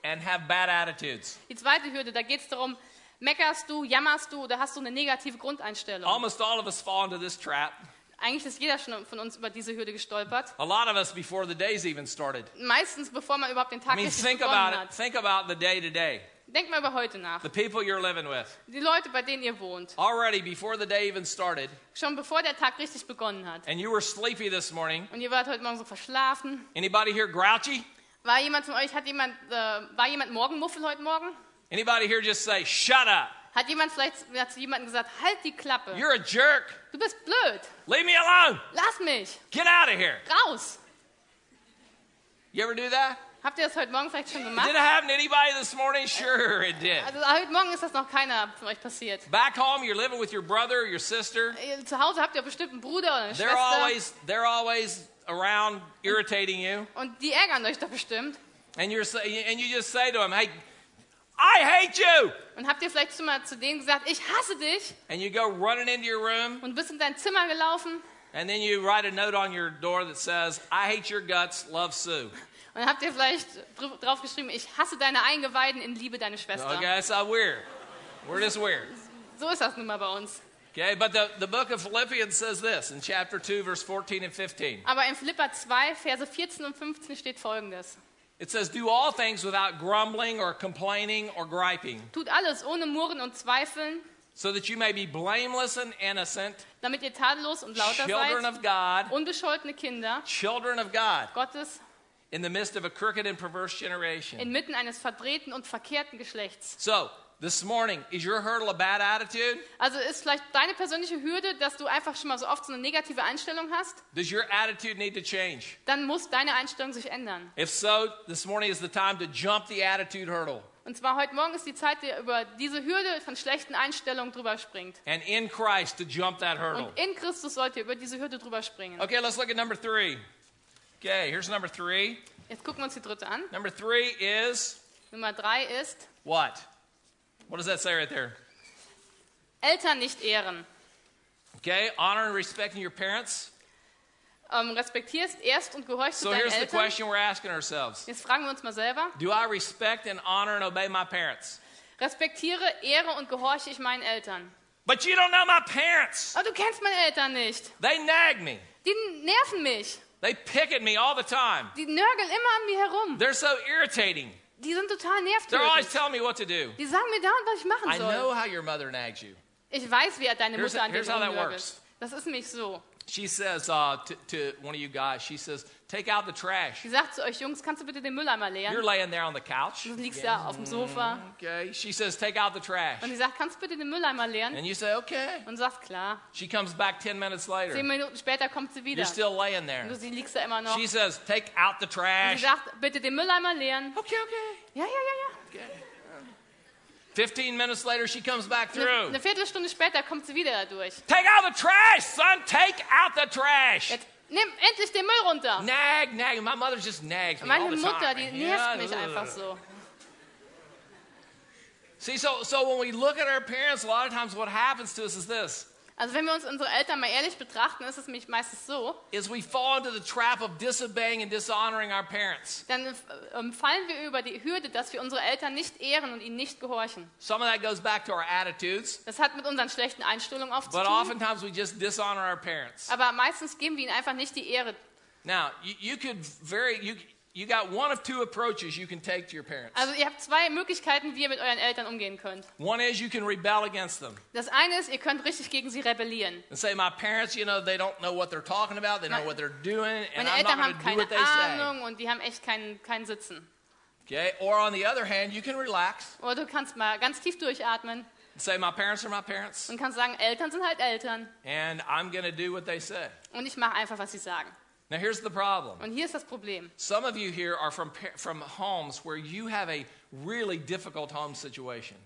Speaker 1: and have bad attitudes?
Speaker 2: Die zweite Hürde, da geht es darum, meckerst du, jammerst du oder hast du eine negative Grundeinstellung?
Speaker 1: Almost all of us fall into this trap.
Speaker 2: Eigentlich ist jeder schon von uns über diese Hürde gestolpert.
Speaker 1: A lot of us before the day's even started.
Speaker 2: Meistens, bevor man überhaupt den Tag
Speaker 1: I mean,
Speaker 2: richtig
Speaker 1: think
Speaker 2: begonnen
Speaker 1: about it.
Speaker 2: hat.
Speaker 1: Think about the day to day.
Speaker 2: Denkt mal über heute nach.
Speaker 1: The people you're living with.
Speaker 2: Die Leute, bei denen ihr wohnt.
Speaker 1: Already before the day even started,
Speaker 2: Schon bevor der Tag richtig begonnen hat.
Speaker 1: and you were sleepy this morning.
Speaker 2: Und ihr wart heute Morgen so verschlafen.
Speaker 1: Anybody here grouchy?
Speaker 2: War jemand von euch, hat jemand, äh, war jemand Morgenmuffel heute Morgen?
Speaker 1: Anybody here just say, shut up.
Speaker 2: Hat jemand vielleicht hat zu jemandem gesagt, halt die Klappe.
Speaker 1: You're a jerk.
Speaker 2: Du bist blöd.
Speaker 1: Leave me alone.
Speaker 2: Lass mich.
Speaker 1: Get out of here.
Speaker 2: Raus.
Speaker 1: You ever do that?
Speaker 2: Habt ihr das heute Morgen vielleicht schon
Speaker 1: Did
Speaker 2: gemacht?
Speaker 1: it happen to anybody this morning? Sure, it did.
Speaker 2: Also heute Morgen ist das noch keiner von euch passiert.
Speaker 1: Back home, you're living with your brother or your sister.
Speaker 2: Ihr- Zu Hause habt ihr bestimmt einen Bruder oder eine
Speaker 1: They're
Speaker 2: Schwester.
Speaker 1: always they're always around irritating you,
Speaker 2: Und die ärgern euch da bestimmt.
Speaker 1: and you're sa- and you just say to them, "Hey, I hate you,"
Speaker 2: Und habt ihr vielleicht zu, mal zu denen gesagt, ich hasse dich?
Speaker 1: and you go running into your room,
Speaker 2: Und bist in dein Zimmer gelaufen?
Speaker 1: and then you write a note on your door that says, "I hate your guts, love Sue."
Speaker 2: Und habt ihr vielleicht dr- drauf geschrieben, ich hasse deine Eingeweiden in Liebe deine Schwester?
Speaker 1: Okay, that's not weird. We're just weird.
Speaker 2: So ist das nun mal bei uns.
Speaker 1: Okay, but the, the book of Philippians says this in chapter 2, verse 14 and 15.
Speaker 2: Aber in Philippa 2, Verse 14 und 15 steht folgendes.
Speaker 1: It says, Do all things without grumbling or complaining or griping,
Speaker 2: Tut alles ohne Murren und Zweifeln,
Speaker 1: so that you may be blameless and innocent,
Speaker 2: damit ihr tadellos und lauter
Speaker 1: children
Speaker 2: seid,
Speaker 1: of God,
Speaker 2: unbescholtene Kinder
Speaker 1: children of God,
Speaker 2: Gottes
Speaker 1: in the midst of a crooked and perverse generation.
Speaker 2: inmitten eines verdrehten und verkehrten Geschlechts.
Speaker 1: So, this morning, is your hurdle a bad attitude?
Speaker 2: Also ist vielleicht deine persönliche Hürde, dass du einfach schon mal so oft so eine negative Einstellung hast?
Speaker 1: Does your attitude need to change?
Speaker 2: Dann muss deine Einstellung sich ändern.
Speaker 1: If so, this morning is the time to jump the attitude hurdle
Speaker 2: Und zwar heute Morgen ist die Zeit, die ihr über diese Hürde von schlechten Einstellungen drüber springt.
Speaker 1: and in Christ to jump that hurdle.
Speaker 2: Und in Christus sollt ihr über diese Hürde drüber springen.
Speaker 1: Genau. Okay, let's look at number three. Okay, here's number three.
Speaker 2: Jetzt gucken wir uns die dritte an.
Speaker 1: Number three is
Speaker 2: Nummer drei ist,
Speaker 1: what? What does that say right there?
Speaker 2: Eltern nicht ehren.
Speaker 1: Okay, honor and respecting your parents.
Speaker 2: Ähm, respektierst erst und gehorchst
Speaker 1: So
Speaker 2: du deinen
Speaker 1: here's the
Speaker 2: Eltern.
Speaker 1: question we're asking ourselves
Speaker 2: Jetzt fragen wir uns mal selber.
Speaker 1: Do I respect and honor and obey my parents?
Speaker 2: Respektiere, ehre und gehorche ich meinen Eltern.
Speaker 1: But you don't know my parents.
Speaker 2: Aber du kennst meine Eltern nicht.
Speaker 1: They nag me,
Speaker 2: Die nerven mich.
Speaker 1: they pick at me all the time.
Speaker 2: Die nörgeln immer an mir herum.
Speaker 1: They're so irritating.
Speaker 2: Die sind total
Speaker 1: They're always
Speaker 2: nervtötend.
Speaker 1: telling me what to do.
Speaker 2: Die sagen mir dauernd, was ich
Speaker 1: I
Speaker 2: machen
Speaker 1: know
Speaker 2: soll.
Speaker 1: how your mother nags you.
Speaker 2: Ich weiß, wie deine
Speaker 1: Here's-
Speaker 2: Mutter an dir
Speaker 1: here's how that
Speaker 2: rumnörgelt.
Speaker 1: works.
Speaker 2: Das ist nämlich so.
Speaker 1: She says uh, to, to one of you guys, she says, Take out the trash.
Speaker 2: Die sagt zu euch, Jungs, kannst du bitte den Mülleimer leeren?
Speaker 1: You're laying there on the couch.
Speaker 2: Du liegst da auf dem Sofa
Speaker 1: Okay. She says, Take out the trash.
Speaker 2: und sie sagt, kannst du bitte den Mülleimer leeren?
Speaker 1: And you say, Okay.
Speaker 2: Und du sagst, klar.
Speaker 1: She comes back 10 minutes later.
Speaker 2: Zehn Minuten später kommt sie wieder.
Speaker 1: You're still laying there.
Speaker 2: Du, sie liegst da immer noch.
Speaker 1: She
Speaker 2: Und
Speaker 1: says, take out the
Speaker 2: sie
Speaker 1: trash.
Speaker 2: sagt, bitte den Mülleimer leeren.
Speaker 1: Okay, okay.
Speaker 2: Ja, ja, ja, ja.
Speaker 1: 15 minutes later, she comes back
Speaker 2: Eine,
Speaker 1: through.
Speaker 2: eine Viertelstunde später kommt sie wieder dadurch.
Speaker 1: Take out the trash, son. Take out the trash.
Speaker 2: Jetzt nimm endlich den Müll runter.
Speaker 1: Nag, nag. My mother just nags me all
Speaker 2: Meine
Speaker 1: the time. äh.
Speaker 2: Mutter, die
Speaker 1: Yeah,
Speaker 2: nervt mich
Speaker 1: ugh.
Speaker 2: einfach so.
Speaker 1: See, so, so when we look at our parents, a lot of times what happens to us is this,
Speaker 2: Also wenn wir uns unsere Eltern mal ehrlich betrachten, ist es nämlich meistens so,
Speaker 1: is we fall into the trap of disobeying and dishonoring our parents.
Speaker 2: dann äh, ähm, fallen wir über die Hürde, dass wir unsere Eltern nicht ehren und ihnen nicht gehorchen.
Speaker 1: Some of that goes back to our attitudes,
Speaker 2: Das hat mit unseren schlechten Einstellungen oft zu
Speaker 1: but
Speaker 2: tun.
Speaker 1: oftentimes we just dishonor our parents.
Speaker 2: Aber meistens geben wir ihnen einfach nicht die Ehre.
Speaker 1: Now, you, you could very, you, you got one of two approaches you can take to your parents.
Speaker 2: Also ihr habt zwei Möglichkeiten, wie ihr mit euren Eltern umgehen könnt.
Speaker 1: One is you can rebel against them
Speaker 2: Das eine ist, ihr könnt richtig gegen sie rebellieren.
Speaker 1: and say, My parents, you know, they don't know what they're talking about, they don't know what they're doing, and I'm
Speaker 2: Meine
Speaker 1: not
Speaker 2: Eltern
Speaker 1: going
Speaker 2: haben
Speaker 1: to do
Speaker 2: keine
Speaker 1: what they say.
Speaker 2: Ahnung und die haben echt keinen, keinen Sitzen.
Speaker 1: Okay? Or on the other hand, you can relax
Speaker 2: Oder du kannst mal ganz tief durchatmen
Speaker 1: and say, My parents are my parents,
Speaker 2: und kannst sagen, Eltern sind halt Eltern
Speaker 1: and I'm going to do what they say.
Speaker 2: und ich mache einfach, was sie sagen.
Speaker 1: Now, here's the problem.
Speaker 2: Und hier ist das Problem.
Speaker 1: Some of you here are from, par- from homes where you have a really difficult home situation.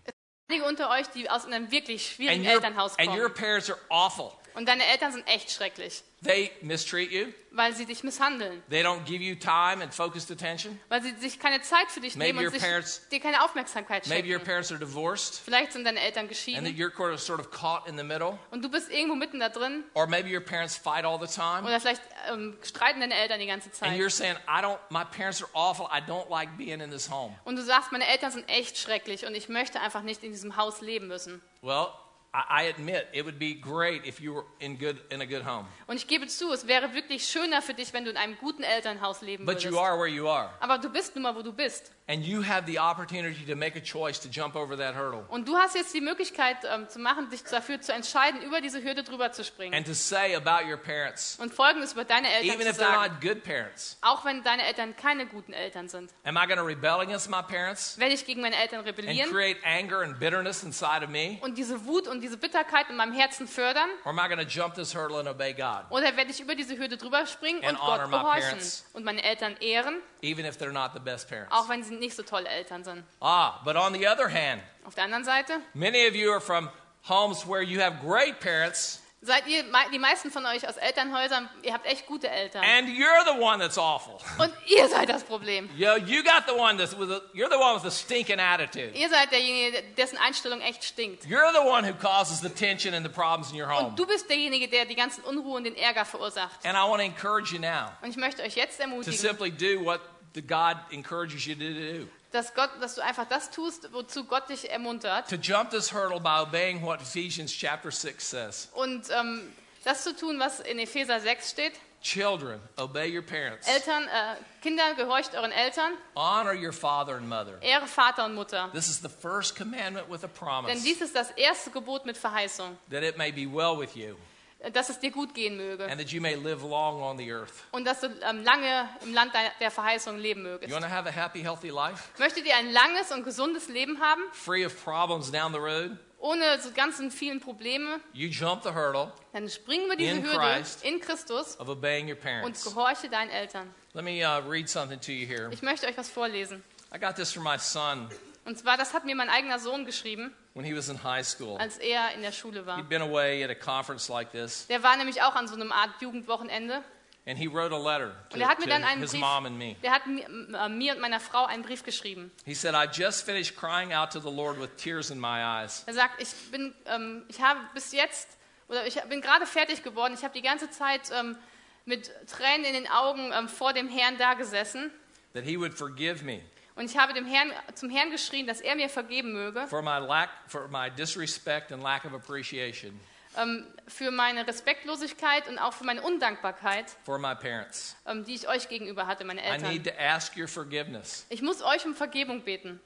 Speaker 2: Einige unter euch, die aus einem wirklich schwierigen
Speaker 1: your,
Speaker 2: Elternhaus
Speaker 1: and your
Speaker 2: kommen.
Speaker 1: parents are awful.
Speaker 2: Und deine Eltern sind echt schrecklich,
Speaker 1: They mistreat you,
Speaker 2: weil sie dich misshandeln,
Speaker 1: they don't give you time and focused attention.
Speaker 2: weil sie sich keine Zeit für dich
Speaker 1: Maybe
Speaker 2: nehmen
Speaker 1: your
Speaker 2: und sich,
Speaker 1: parents-
Speaker 2: dir keine Aufmerksamkeit
Speaker 1: Maybe your
Speaker 2: schenken.
Speaker 1: parents are divorced.
Speaker 2: Vielleicht sind deine Eltern
Speaker 1: and that
Speaker 2: geschieden
Speaker 1: you're kind of sort of caught in the middle,
Speaker 2: und du bist irgendwo mitten da drin
Speaker 1: or maybe your parents fight all the time,
Speaker 2: oder vielleicht ähm, streiten deine Eltern die ganze
Speaker 1: and
Speaker 2: Zeit.
Speaker 1: you're saying, "I don't. My parents are awful. I don't like being in this home."
Speaker 2: Und du sagst, meine Eltern sind echt schrecklich und ich möchte einfach nicht in diesem Haus leben müssen.
Speaker 1: Well, I, I admit it would be great if you were in good in a good home,
Speaker 2: Und ich gebe zu, es wäre wirklich schöner für dich, wenn du in einem guten Elternhaus leben
Speaker 1: but
Speaker 2: würdest.
Speaker 1: you are where you are,
Speaker 2: Aber du bist nun mal, wo du bist.
Speaker 1: and you have the opportunity to make a choice to jump over that hurdle
Speaker 2: Und du hast jetzt die Möglichkeit ähm, zu machen, dich dafür zu entscheiden, über diese Hürde drüber zu springen.
Speaker 1: and to say about your parents,
Speaker 2: Und Folgendes über deine Eltern
Speaker 1: even
Speaker 2: zu
Speaker 1: if they're
Speaker 2: sagen,
Speaker 1: not good parents.
Speaker 2: auch wenn deine Eltern keine guten Eltern sind.
Speaker 1: Am I going to rebel against my parents
Speaker 2: Werde ich gegen meine Eltern
Speaker 1: and
Speaker 2: rebellieren
Speaker 1: create anger and bitterness inside of me,
Speaker 2: und diese Wut und diese Bitterkeit in meinem Herzen fördern?
Speaker 1: or am I going to jump this hurdle and obey God,
Speaker 2: Oder werde ich über diese Hürde drüber springen
Speaker 1: And
Speaker 2: und Gott
Speaker 1: honor my
Speaker 2: gehorchen
Speaker 1: parents.
Speaker 2: und meine Eltern ehren,
Speaker 1: even if they're not the best parents?
Speaker 2: auch wenn sie nicht so tolle Eltern sind?
Speaker 1: Ah, but on the other hand,
Speaker 2: Auf der anderen Seite
Speaker 1: many of you are from homes where you have great parents
Speaker 2: seid ihr, mei- die meisten von euch aus Elternhäusern, ihr habt echt gute Eltern.
Speaker 1: and you're the one that's awful.
Speaker 2: Und ihr seid das Problem.
Speaker 1: Yo, you got the one that's with a, you're the one with the stinking attitude.
Speaker 2: Ihr seid derjenige, dessen Einstellung echt stinkt.
Speaker 1: You're the one who causes the tension and the problems in your home.
Speaker 2: Und Oh, du bist derjenige, der die ganzen Unruhe und den Ärger verursacht.
Speaker 1: And I want to encourage you now
Speaker 2: Und ich möchte euch jetzt
Speaker 1: to
Speaker 2: ermutigen,
Speaker 1: simply do what the God encourages you to do.
Speaker 2: dass, Gott, dass du einfach das tust, wozu Gott dich ermuntert.
Speaker 1: To jump this hurdle by obeying what Ephesians chapter 6 says.
Speaker 2: Und ähm, das zu tun, was in Epheser 6 steht.
Speaker 1: Children, obey your parents.
Speaker 2: Eltern, äh, Kinder, gehorcht euren Eltern,
Speaker 1: Honor your father and mother.
Speaker 2: ehre Vater und Mutter.
Speaker 1: This is the first commandment with a
Speaker 2: Denn
Speaker 1: promise
Speaker 2: dies ist das erste Gebot mit Verheißung,
Speaker 1: that it may be well with you.
Speaker 2: äh, dass es dir gut gehen möge
Speaker 1: and that you may live long on the earth.
Speaker 2: und dass du ähm, lange im Land de- der Verheißung leben
Speaker 1: You
Speaker 2: mögest.
Speaker 1: want to have a happy, healthy life,
Speaker 2: Möchtet ihr ein langes und gesundes Leben haben,
Speaker 1: free of problems down the road?
Speaker 2: ohne so ganzen vielen Probleme,
Speaker 1: You jump the hurdle
Speaker 2: dann springen wir diese
Speaker 1: In
Speaker 2: Hürde
Speaker 1: Christ.
Speaker 2: in Christus
Speaker 1: of obeying your
Speaker 2: und
Speaker 1: parents.
Speaker 2: gehorche deinen Eltern.
Speaker 1: Let me uh, read something to you here.
Speaker 2: Ich möchte euch was vorlesen.
Speaker 1: I got this from my son
Speaker 2: Und zwar, das hat mir mein eigener Sohn geschrieben,
Speaker 1: when he was in high school.
Speaker 2: als er in der Schule war.
Speaker 1: He'd been away at a conference like this,
Speaker 2: Der war nämlich auch an so einem Art Jugendwochenende.
Speaker 1: and he wrote a letter to,
Speaker 2: Und er hat mir
Speaker 1: to
Speaker 2: dann einen
Speaker 1: his
Speaker 2: Brief-
Speaker 1: mom and me.
Speaker 2: Der hat mir, äh, mir und meiner Frau einen Brief geschrieben.
Speaker 1: He said, I just finished crying out to the Lord with tears in my eyes.
Speaker 2: Er sagt, ich bin, ähm, ich habe bis jetzt, oder ich bin gerade fertig geworden, ich habe die ganze Zeit ähm, mit Tränen in den Augen ähm, vor dem Herrn da gesessen
Speaker 1: That he would forgive me
Speaker 2: und ich habe dem Herrn, zum Herrn geschrien, dass er mir vergeben möge
Speaker 1: for my lack, for my disrespect and lack of appreciation
Speaker 2: ähm, für meine Respektlosigkeit und auch für meine Undankbarkeit,
Speaker 1: for my parents.
Speaker 2: ähm, die ich euch gegenüber hatte, meine
Speaker 1: I need
Speaker 2: Eltern.
Speaker 1: to ask your forgiveness.
Speaker 2: Ich muss euch um Vergebung beten.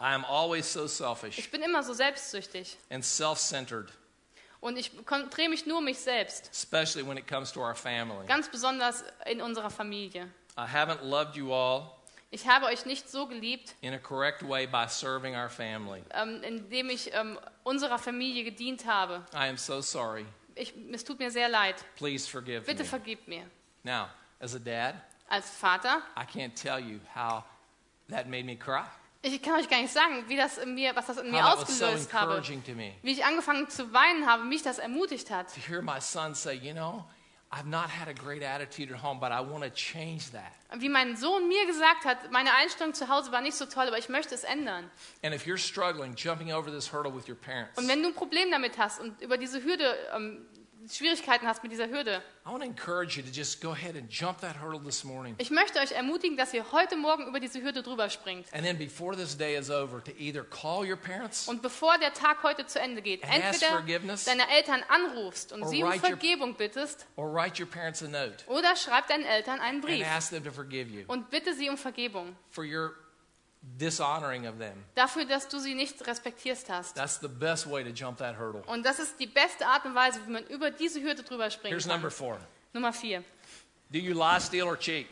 Speaker 1: I am always so selfish
Speaker 2: Ich bin immer so selbstsüchtig
Speaker 1: and self centered,
Speaker 2: und ich kon- drehe mich nur um mich selbst,
Speaker 1: especially when it comes to our family.
Speaker 2: ganz besonders in unserer Familie.
Speaker 1: I haven't loved you all
Speaker 2: Ich habe euch nicht so geliebt,
Speaker 1: in a correct way by serving our family.
Speaker 2: ähm, indem ich ähm, unserer Familie gedient habe.
Speaker 1: I am so sorry.
Speaker 2: Ich, es tut mir sehr leid.
Speaker 1: Please forgive
Speaker 2: Bitte
Speaker 1: me.
Speaker 2: vergib mir.
Speaker 1: now, as a dad,
Speaker 2: Als Vater,
Speaker 1: I can't tell you how that made me cry.
Speaker 2: ich kann euch gar nicht sagen, wie das in mir, was das in mir
Speaker 1: How that was so
Speaker 2: ausgelöst habe.
Speaker 1: encouraging to me
Speaker 2: Wie ich angefangen zu weinen habe, mich das ermutigt hat.
Speaker 1: to hear my son say, you know, I've not had a great attitude at home, but I want to change that.
Speaker 2: Wie mein Sohn mir gesagt hat, meine Einstellung zu Hause war nicht so toll, aber ich möchte es ändern.
Speaker 1: And if you're struggling jumping over this hurdle with your parents,
Speaker 2: Und wenn du ein Problem damit hast und über diese Hürde ähm, Schwierigkeiten hast mit dieser Hürde.
Speaker 1: I want to encourage you to just go ahead and jump that hurdle this morning.
Speaker 2: Ich möchte euch ermutigen, dass ihr heute Morgen über diese Hürde drüber springt.
Speaker 1: And then before this day is over, to either call your parents
Speaker 2: Und bevor der Tag heute zu Ende geht,
Speaker 1: And ask
Speaker 2: entweder
Speaker 1: forgiveness.
Speaker 2: deine Eltern anrufst und
Speaker 1: Or
Speaker 2: sie um
Speaker 1: write your-
Speaker 2: Vergebung bittest
Speaker 1: or write your parents a note
Speaker 2: oder schreib deinen Eltern einen
Speaker 1: and
Speaker 2: Brief
Speaker 1: ask them to forgive you
Speaker 2: und bitte sie um Vergebung
Speaker 1: for your dishonoring of them.
Speaker 2: dafür, dass du sie nicht respektierst hast.
Speaker 1: That's the best way to jump that hurdle.
Speaker 2: Und das ist die beste Art und Weise, wie man über diese Hürde drüber springen
Speaker 1: Here's
Speaker 2: kann.
Speaker 1: number four.
Speaker 2: Nummer vier.
Speaker 1: Do you lie, steal, or cheat?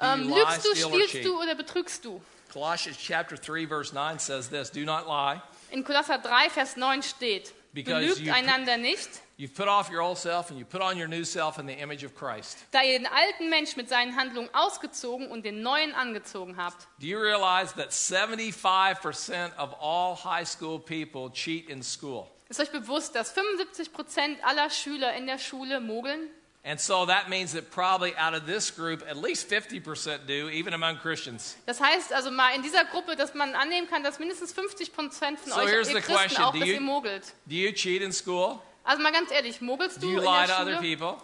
Speaker 1: Do you
Speaker 2: Ähm,
Speaker 1: lie,
Speaker 2: lügst du,
Speaker 1: steal, or
Speaker 2: stiehlst
Speaker 1: cheat?
Speaker 2: du oder betrügst du?
Speaker 1: Colossians chapter 3, verse 9 says this Do not lie.
Speaker 2: In Kolosser 3, Vers 9 steht,
Speaker 1: Because
Speaker 2: belügt
Speaker 1: you-
Speaker 2: einander nicht,
Speaker 1: You've put off your old self and you put on your new self in the image of Christ.
Speaker 2: da ihr den alten Mensch mit seinen Handlungen ausgezogen und den neuen angezogen habt.
Speaker 1: Do you realize that 75% of all high school people cheat in school?
Speaker 2: Ist euch bewusst, dass 75 Prozent aller Schüler in der Schule mogeln?
Speaker 1: And so that means that probably out of this group, at least 50% do, even among Christians.
Speaker 2: Das heißt also mal in dieser Gruppe, dass man annehmen kann, dass mindestens 50 Prozent von
Speaker 1: So
Speaker 2: euch, ihr
Speaker 1: here's the
Speaker 2: Christen,
Speaker 1: question.
Speaker 2: auch,
Speaker 1: Do
Speaker 2: dass
Speaker 1: you-
Speaker 2: ihr mogelt.
Speaker 1: Do you cheat in school?
Speaker 2: Also mal ganz ehrlich, mogelst
Speaker 1: Do
Speaker 2: du
Speaker 1: you
Speaker 2: in
Speaker 1: lie
Speaker 2: der
Speaker 1: to other
Speaker 2: Schule?
Speaker 1: people?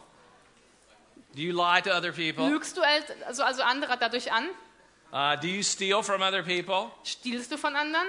Speaker 1: Do you lie to other people?
Speaker 2: Lügst du el- also, also anderer dadurch an?
Speaker 1: Uh, do you steal from other people?
Speaker 2: Stiehlst du von anderen?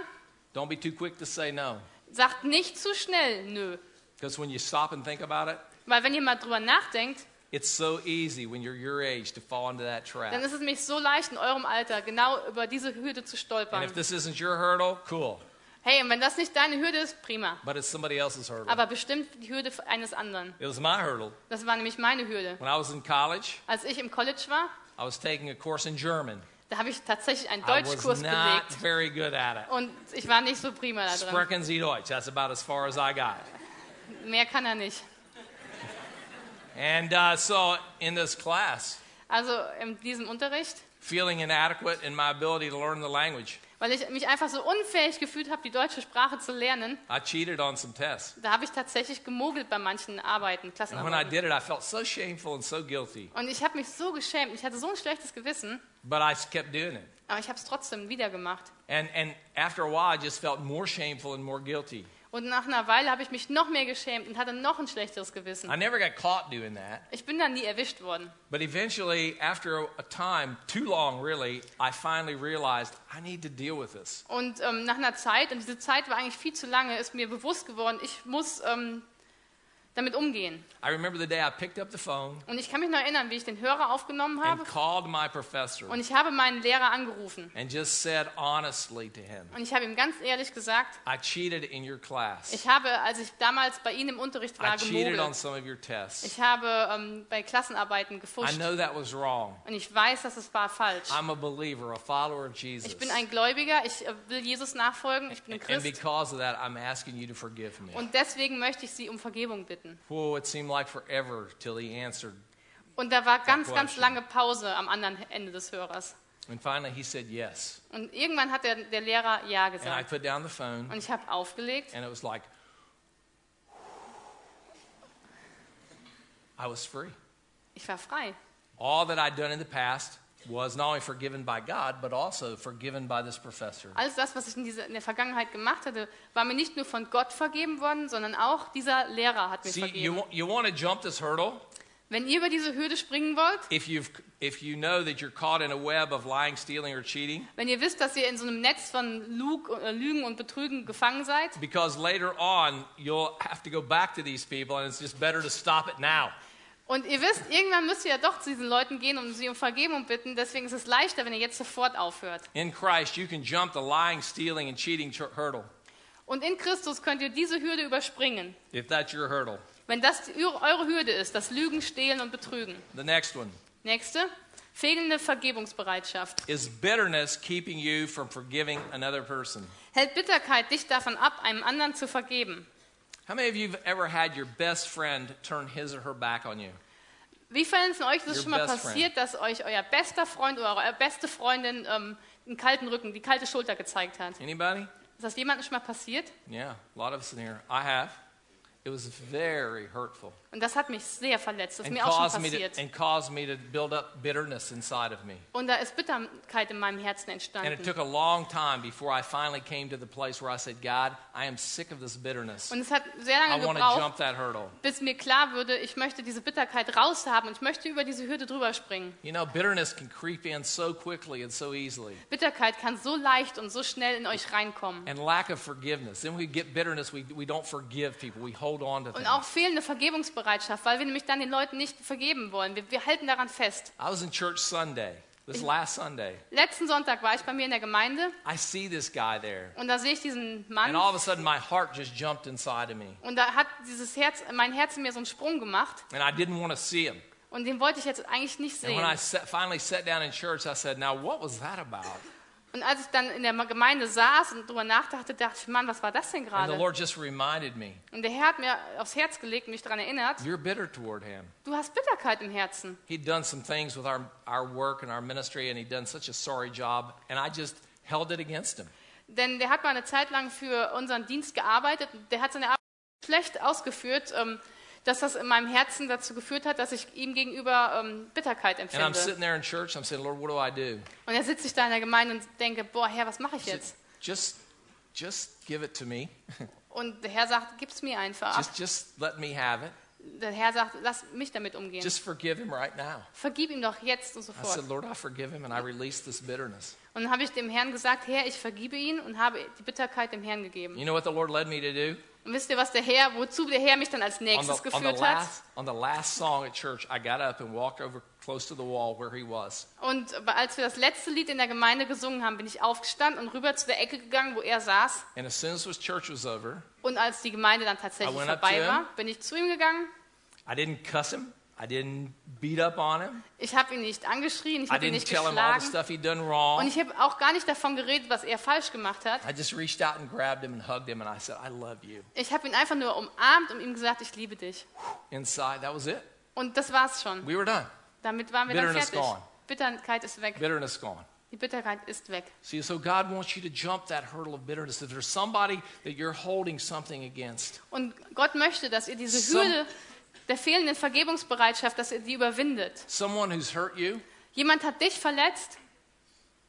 Speaker 1: Don't be too quick to say no.
Speaker 2: Sagt nicht zu schnell nö.
Speaker 1: Because when you stop and think about it,
Speaker 2: Weil wenn ihr mal drüber nachdenkt,
Speaker 1: it's so easy when you're your age to fall into that
Speaker 2: dann
Speaker 1: trap.
Speaker 2: ist es nämlich so leicht, in eurem Alter genau über diese Hürde zu
Speaker 1: And
Speaker 2: stolpern.
Speaker 1: if this isn't your hurdle, cool.
Speaker 2: Hey, und wenn das nicht deine Hürde ist, prima.
Speaker 1: But it's somebody else's hurdle.
Speaker 2: Aber bestimmt die Hürde eines anderen.
Speaker 1: It was my hurdle.
Speaker 2: Das war nämlich meine Hürde.
Speaker 1: When I was in college,
Speaker 2: Als ich im College war,
Speaker 1: I was taking a course in German.
Speaker 2: da habe ich tatsächlich einen
Speaker 1: I was
Speaker 2: Deutschkurs
Speaker 1: not
Speaker 2: belegt.
Speaker 1: very good at it.
Speaker 2: Und ich war nicht so prima da drin.
Speaker 1: Sprechen Sie Deutsch. That's about as far as I got.
Speaker 2: Mehr kann er nicht.
Speaker 1: And uh, so in this class,
Speaker 2: Also in diesem Unterricht,
Speaker 1: feeling inadequate in my ability to learn the language,
Speaker 2: weil ich mich einfach so unfähig gefühlt habe, die deutsche Sprache zu lernen,
Speaker 1: I cheated on some tests.
Speaker 2: da habe ich tatsächlich gemogelt bei manchen Arbeiten,
Speaker 1: And when I
Speaker 2: Klassenarbeiten.
Speaker 1: did it, I felt so shameful and so guilty.
Speaker 2: Und ich habe mich so geschämt. Ich hatte so ein schlechtes Gewissen,
Speaker 1: But I s- kept doing it.
Speaker 2: aber ich habe es trotzdem wieder gemacht.
Speaker 1: And, and after a while, I just felt more shameful and more guilty.
Speaker 2: Und nach einer Weile habe ich mich noch mehr geschämt und hatte noch ein schlechteres Gewissen.
Speaker 1: I never got caught doing that.
Speaker 2: Ich bin dann nie erwischt worden.
Speaker 1: But eventually, after a- a time, too long really, I finally realized I need to deal with this.
Speaker 2: Und ähm, nach einer Zeit, und diese Zeit war eigentlich viel zu lange, ist mir bewusst geworden, ich muss ähm, damit umgehen.
Speaker 1: I remember the day I picked up the phone
Speaker 2: Und ich kann mich noch erinnern, wie ich den Hörer aufgenommen
Speaker 1: and
Speaker 2: habe
Speaker 1: called my professor
Speaker 2: und ich habe meinen Lehrer angerufen.
Speaker 1: and just said honestly to him,
Speaker 2: Und ich habe ihm ganz ehrlich gesagt,
Speaker 1: I cheated in your class.
Speaker 2: ich habe, als ich damals bei Ihnen im Unterricht
Speaker 1: I
Speaker 2: war,
Speaker 1: cheated on
Speaker 2: gemogelt.
Speaker 1: some of your tests.
Speaker 2: Ich habe ähm, bei Klassenarbeiten
Speaker 1: I
Speaker 2: gefuscht.
Speaker 1: know that was wrong.
Speaker 2: Und ich weiß, dass es war falsch.
Speaker 1: I'm a believer, a follower of Jesus.
Speaker 2: Ich bin ein Gläubiger, ich äh, will Jesus nachfolgen, ich bin ein
Speaker 1: And
Speaker 2: Christ.
Speaker 1: because of that, I'm asking you to forgive me.
Speaker 2: Und deswegen möchte ich Sie um Vergebung bitten.
Speaker 1: Whoa, it seemed like forever till he answered.
Speaker 2: Und da war ganz,
Speaker 1: Danke,
Speaker 2: ganz
Speaker 1: Herr
Speaker 2: lange Pause am anderen Ende des Hörers.
Speaker 1: And finally, he said yes.
Speaker 2: Und irgendwann hat der, der Lehrer Ja
Speaker 1: And I
Speaker 2: gesagt.
Speaker 1: put down the phone,
Speaker 2: Und ich habe aufgelegt
Speaker 1: and it was like, I was free.
Speaker 2: ich war frei.
Speaker 1: All that I'd done in the past was not only forgiven by God, but also forgiven by this professor.
Speaker 2: Alles das, was ich in, dieser, in der Vergangenheit gemacht hatte, war mir nicht nur von Gott vergeben worden, sondern auch dieser Lehrer hat mir
Speaker 1: See, you,
Speaker 2: vergeben.
Speaker 1: wa- you want to jump this hurdle
Speaker 2: Wenn ihr über diese Hürde springen wollt,
Speaker 1: if, you've, if you know that you're caught in a web of lying, stealing, or cheating,
Speaker 2: wenn ihr wisst, dass ihr in so einem Netz von Lug, äh, Lügen und Betrügen gefangen seid,
Speaker 1: because later on you'll have to go back to these people, and it's just better to stop it now.
Speaker 2: und ihr wisst, irgendwann müsst ihr ja doch zu diesen Leuten gehen und sie um Vergebung bitten, deswegen ist es leichter, wenn ihr jetzt sofort aufhört.
Speaker 1: In Christ, you can jump the lying, stealing, and cheating tr- hurdle
Speaker 2: Und in Christus könnt ihr diese Hürde überspringen,
Speaker 1: if that's your hurdle.
Speaker 2: wenn das die, eure Hürde ist, das Lügen, Stehlen und Betrügen.
Speaker 1: The next one
Speaker 2: Nächste. Fehlende Vergebungsbereitschaft.
Speaker 1: is bitterness keeping you from forgiving another person.
Speaker 2: Hält Bitterkeit dich davon ab, einem anderen zu vergeben?
Speaker 1: How many of you have ever had your best friend turn his or her back on you?
Speaker 2: Wie vielen von euch ist
Speaker 1: Your
Speaker 2: es schon mal
Speaker 1: best
Speaker 2: passiert, dass euch euer bester Freund oder eure beste Freundin ähm, einen kalten Rücken, die kalte Schulter gezeigt hat?
Speaker 1: Anybody?
Speaker 2: Ist das jemandem schon mal passiert?
Speaker 1: Yeah, a lot of us in here. I have. It was very hurtful
Speaker 2: Und das hat mich sehr verletzt. Das ist
Speaker 1: and
Speaker 2: mir auch
Speaker 1: caused
Speaker 2: schon
Speaker 1: me, to,
Speaker 2: passiert.
Speaker 1: and caused me to build up bitterness inside of me.
Speaker 2: Und da ist Bitterkeit in meinem Herzen
Speaker 1: And it
Speaker 2: entstanden.
Speaker 1: took a long time before I finally came to the place where I said, God, I am sick of this bitterness.
Speaker 2: Und es hat sehr
Speaker 1: I
Speaker 2: lange
Speaker 1: want to
Speaker 2: gebraucht,
Speaker 1: jump that hurdle.
Speaker 2: bis mir klar würde, ich möchte diese Bitterkeit raushaben und ich möchte über diese Hürde drüber springen.
Speaker 1: You know, bitterness can creep in so quickly and so easily.
Speaker 2: Bitterkeit kann so leicht und so schnell in euch reinkommen.
Speaker 1: And lack of forgiveness. Then we get bitterness, we, we don't forgive people, we hold on to
Speaker 2: Und
Speaker 1: things.
Speaker 2: auch fehlende Vergebungsbereitschaft, weil wir nämlich dann den Leuten nicht vergeben wollen. Wir, wir halten daran fest.
Speaker 1: I was in church Sunday, this last Sunday.
Speaker 2: Letzten Sonntag war ich bei mir in der Gemeinde
Speaker 1: I see this guy there.
Speaker 2: und da sehe ich diesen
Speaker 1: And all
Speaker 2: Mann
Speaker 1: of a sudden, my heart just jumped inside of me.
Speaker 2: und da hat dieses Herz, mein Herz in mir so einen Sprung gemacht
Speaker 1: And I didn't want to see him.
Speaker 2: und den wollte ich jetzt eigentlich nicht
Speaker 1: And when I
Speaker 2: sehen.
Speaker 1: sat, finally sat down in church, I said, Now, what was that about?
Speaker 2: Und als ich dann in der Gemeinde saß und drüber nachdachte, dachte ich, Mann, was war das denn
Speaker 1: And the
Speaker 2: gerade?
Speaker 1: Lord just reminded me,
Speaker 2: Und der Herr hat mir aufs Herz gelegt, mich daran erinnert,
Speaker 1: You're bitter toward him.
Speaker 2: du hast Bitterkeit im Herzen.
Speaker 1: He'd done some things with our, our work and our ministry, and he'd done such a sorry job. And I just held it against him.
Speaker 2: Denn der hat mal eine Zeit lang für unseren Dienst gearbeitet. und Der hat seine Arbeit schlecht ausgeführt, ähm, dass das in meinem Herzen dazu geführt hat, dass ich ihm gegenüber ähm, Bitterkeit
Speaker 1: And I'm
Speaker 2: empfinde.
Speaker 1: sitting there in church, I'm saying, Lord, what do I do?
Speaker 2: Und dann sitze ich da in der Gemeinde und denke, boah, Herr, was mache ich
Speaker 1: He said,
Speaker 2: jetzt?
Speaker 1: Just, just give it to me.
Speaker 2: Und der Herr sagt, gib's mir einfach ab.
Speaker 1: Just, just let me have it.
Speaker 2: Der Herr sagt, lass mich damit umgehen.
Speaker 1: Just forgive him right now.
Speaker 2: Vergib ihm doch jetzt und
Speaker 1: I said,
Speaker 2: sofort.
Speaker 1: Lord, I forgive him, and I release this bitterness.
Speaker 2: Und dann habe ich dem Herrn gesagt, Herr, ich vergebe ihn und habe die Bitterkeit dem Herrn gegeben.
Speaker 1: You know what the Lord led me to do?
Speaker 2: Und wisst ihr, was der Herr, wozu der Herr mich dann als
Speaker 1: on the,
Speaker 2: nächstes
Speaker 1: on the
Speaker 2: geführt hat?
Speaker 1: last, on the last song at church, I got up and walked over close to the wall where he was.
Speaker 2: Und als wir das letzte Lied in der Gemeinde gesungen haben, bin ich aufgestanden und rüber zu der Ecke gegangen, wo er saß.
Speaker 1: And as soon as his church was over,
Speaker 2: Und als die Gemeinde dann
Speaker 1: I
Speaker 2: tatsächlich
Speaker 1: went up to
Speaker 2: vorbei
Speaker 1: him.
Speaker 2: war, bin ich zu ihm gegangen.
Speaker 1: I didn't cuss him. I didn't beat up on him.
Speaker 2: Ich habe ihn nicht angeschrien, ich
Speaker 1: I
Speaker 2: habe ihn
Speaker 1: didn't
Speaker 2: nicht
Speaker 1: tell him all the
Speaker 2: geschlagen.
Speaker 1: stuff he'd done
Speaker 2: Und
Speaker 1: wrong.
Speaker 2: ich habe auch gar nicht davon geredet, was er falsch gemacht hat.
Speaker 1: I just reached out and grabbed him and hugged him and I said, I love you.
Speaker 2: Ich habe ihn einfach nur umarmt und ihm gesagt, ich liebe dich.
Speaker 1: Inside, that was it.
Speaker 2: Und das war's schon.
Speaker 1: We were done.
Speaker 2: Damit waren wir dann
Speaker 1: Bitterness
Speaker 2: fertig.
Speaker 1: gone.
Speaker 2: Bitterkeit ist weg.
Speaker 1: Bitterness gone.
Speaker 2: Die Bitterkeit ist weg.
Speaker 1: See, so God wants you to jump that hurdle of bitterness. If there's somebody that you're holding something against,
Speaker 2: Und Gott möchte, dass ihr diese
Speaker 1: Some-
Speaker 2: Hürde der fehlenden Vergebungsbereitschaft, dass ihr die überwindet.
Speaker 1: someone who's hurt you,
Speaker 2: Jemand hat dich verletzt,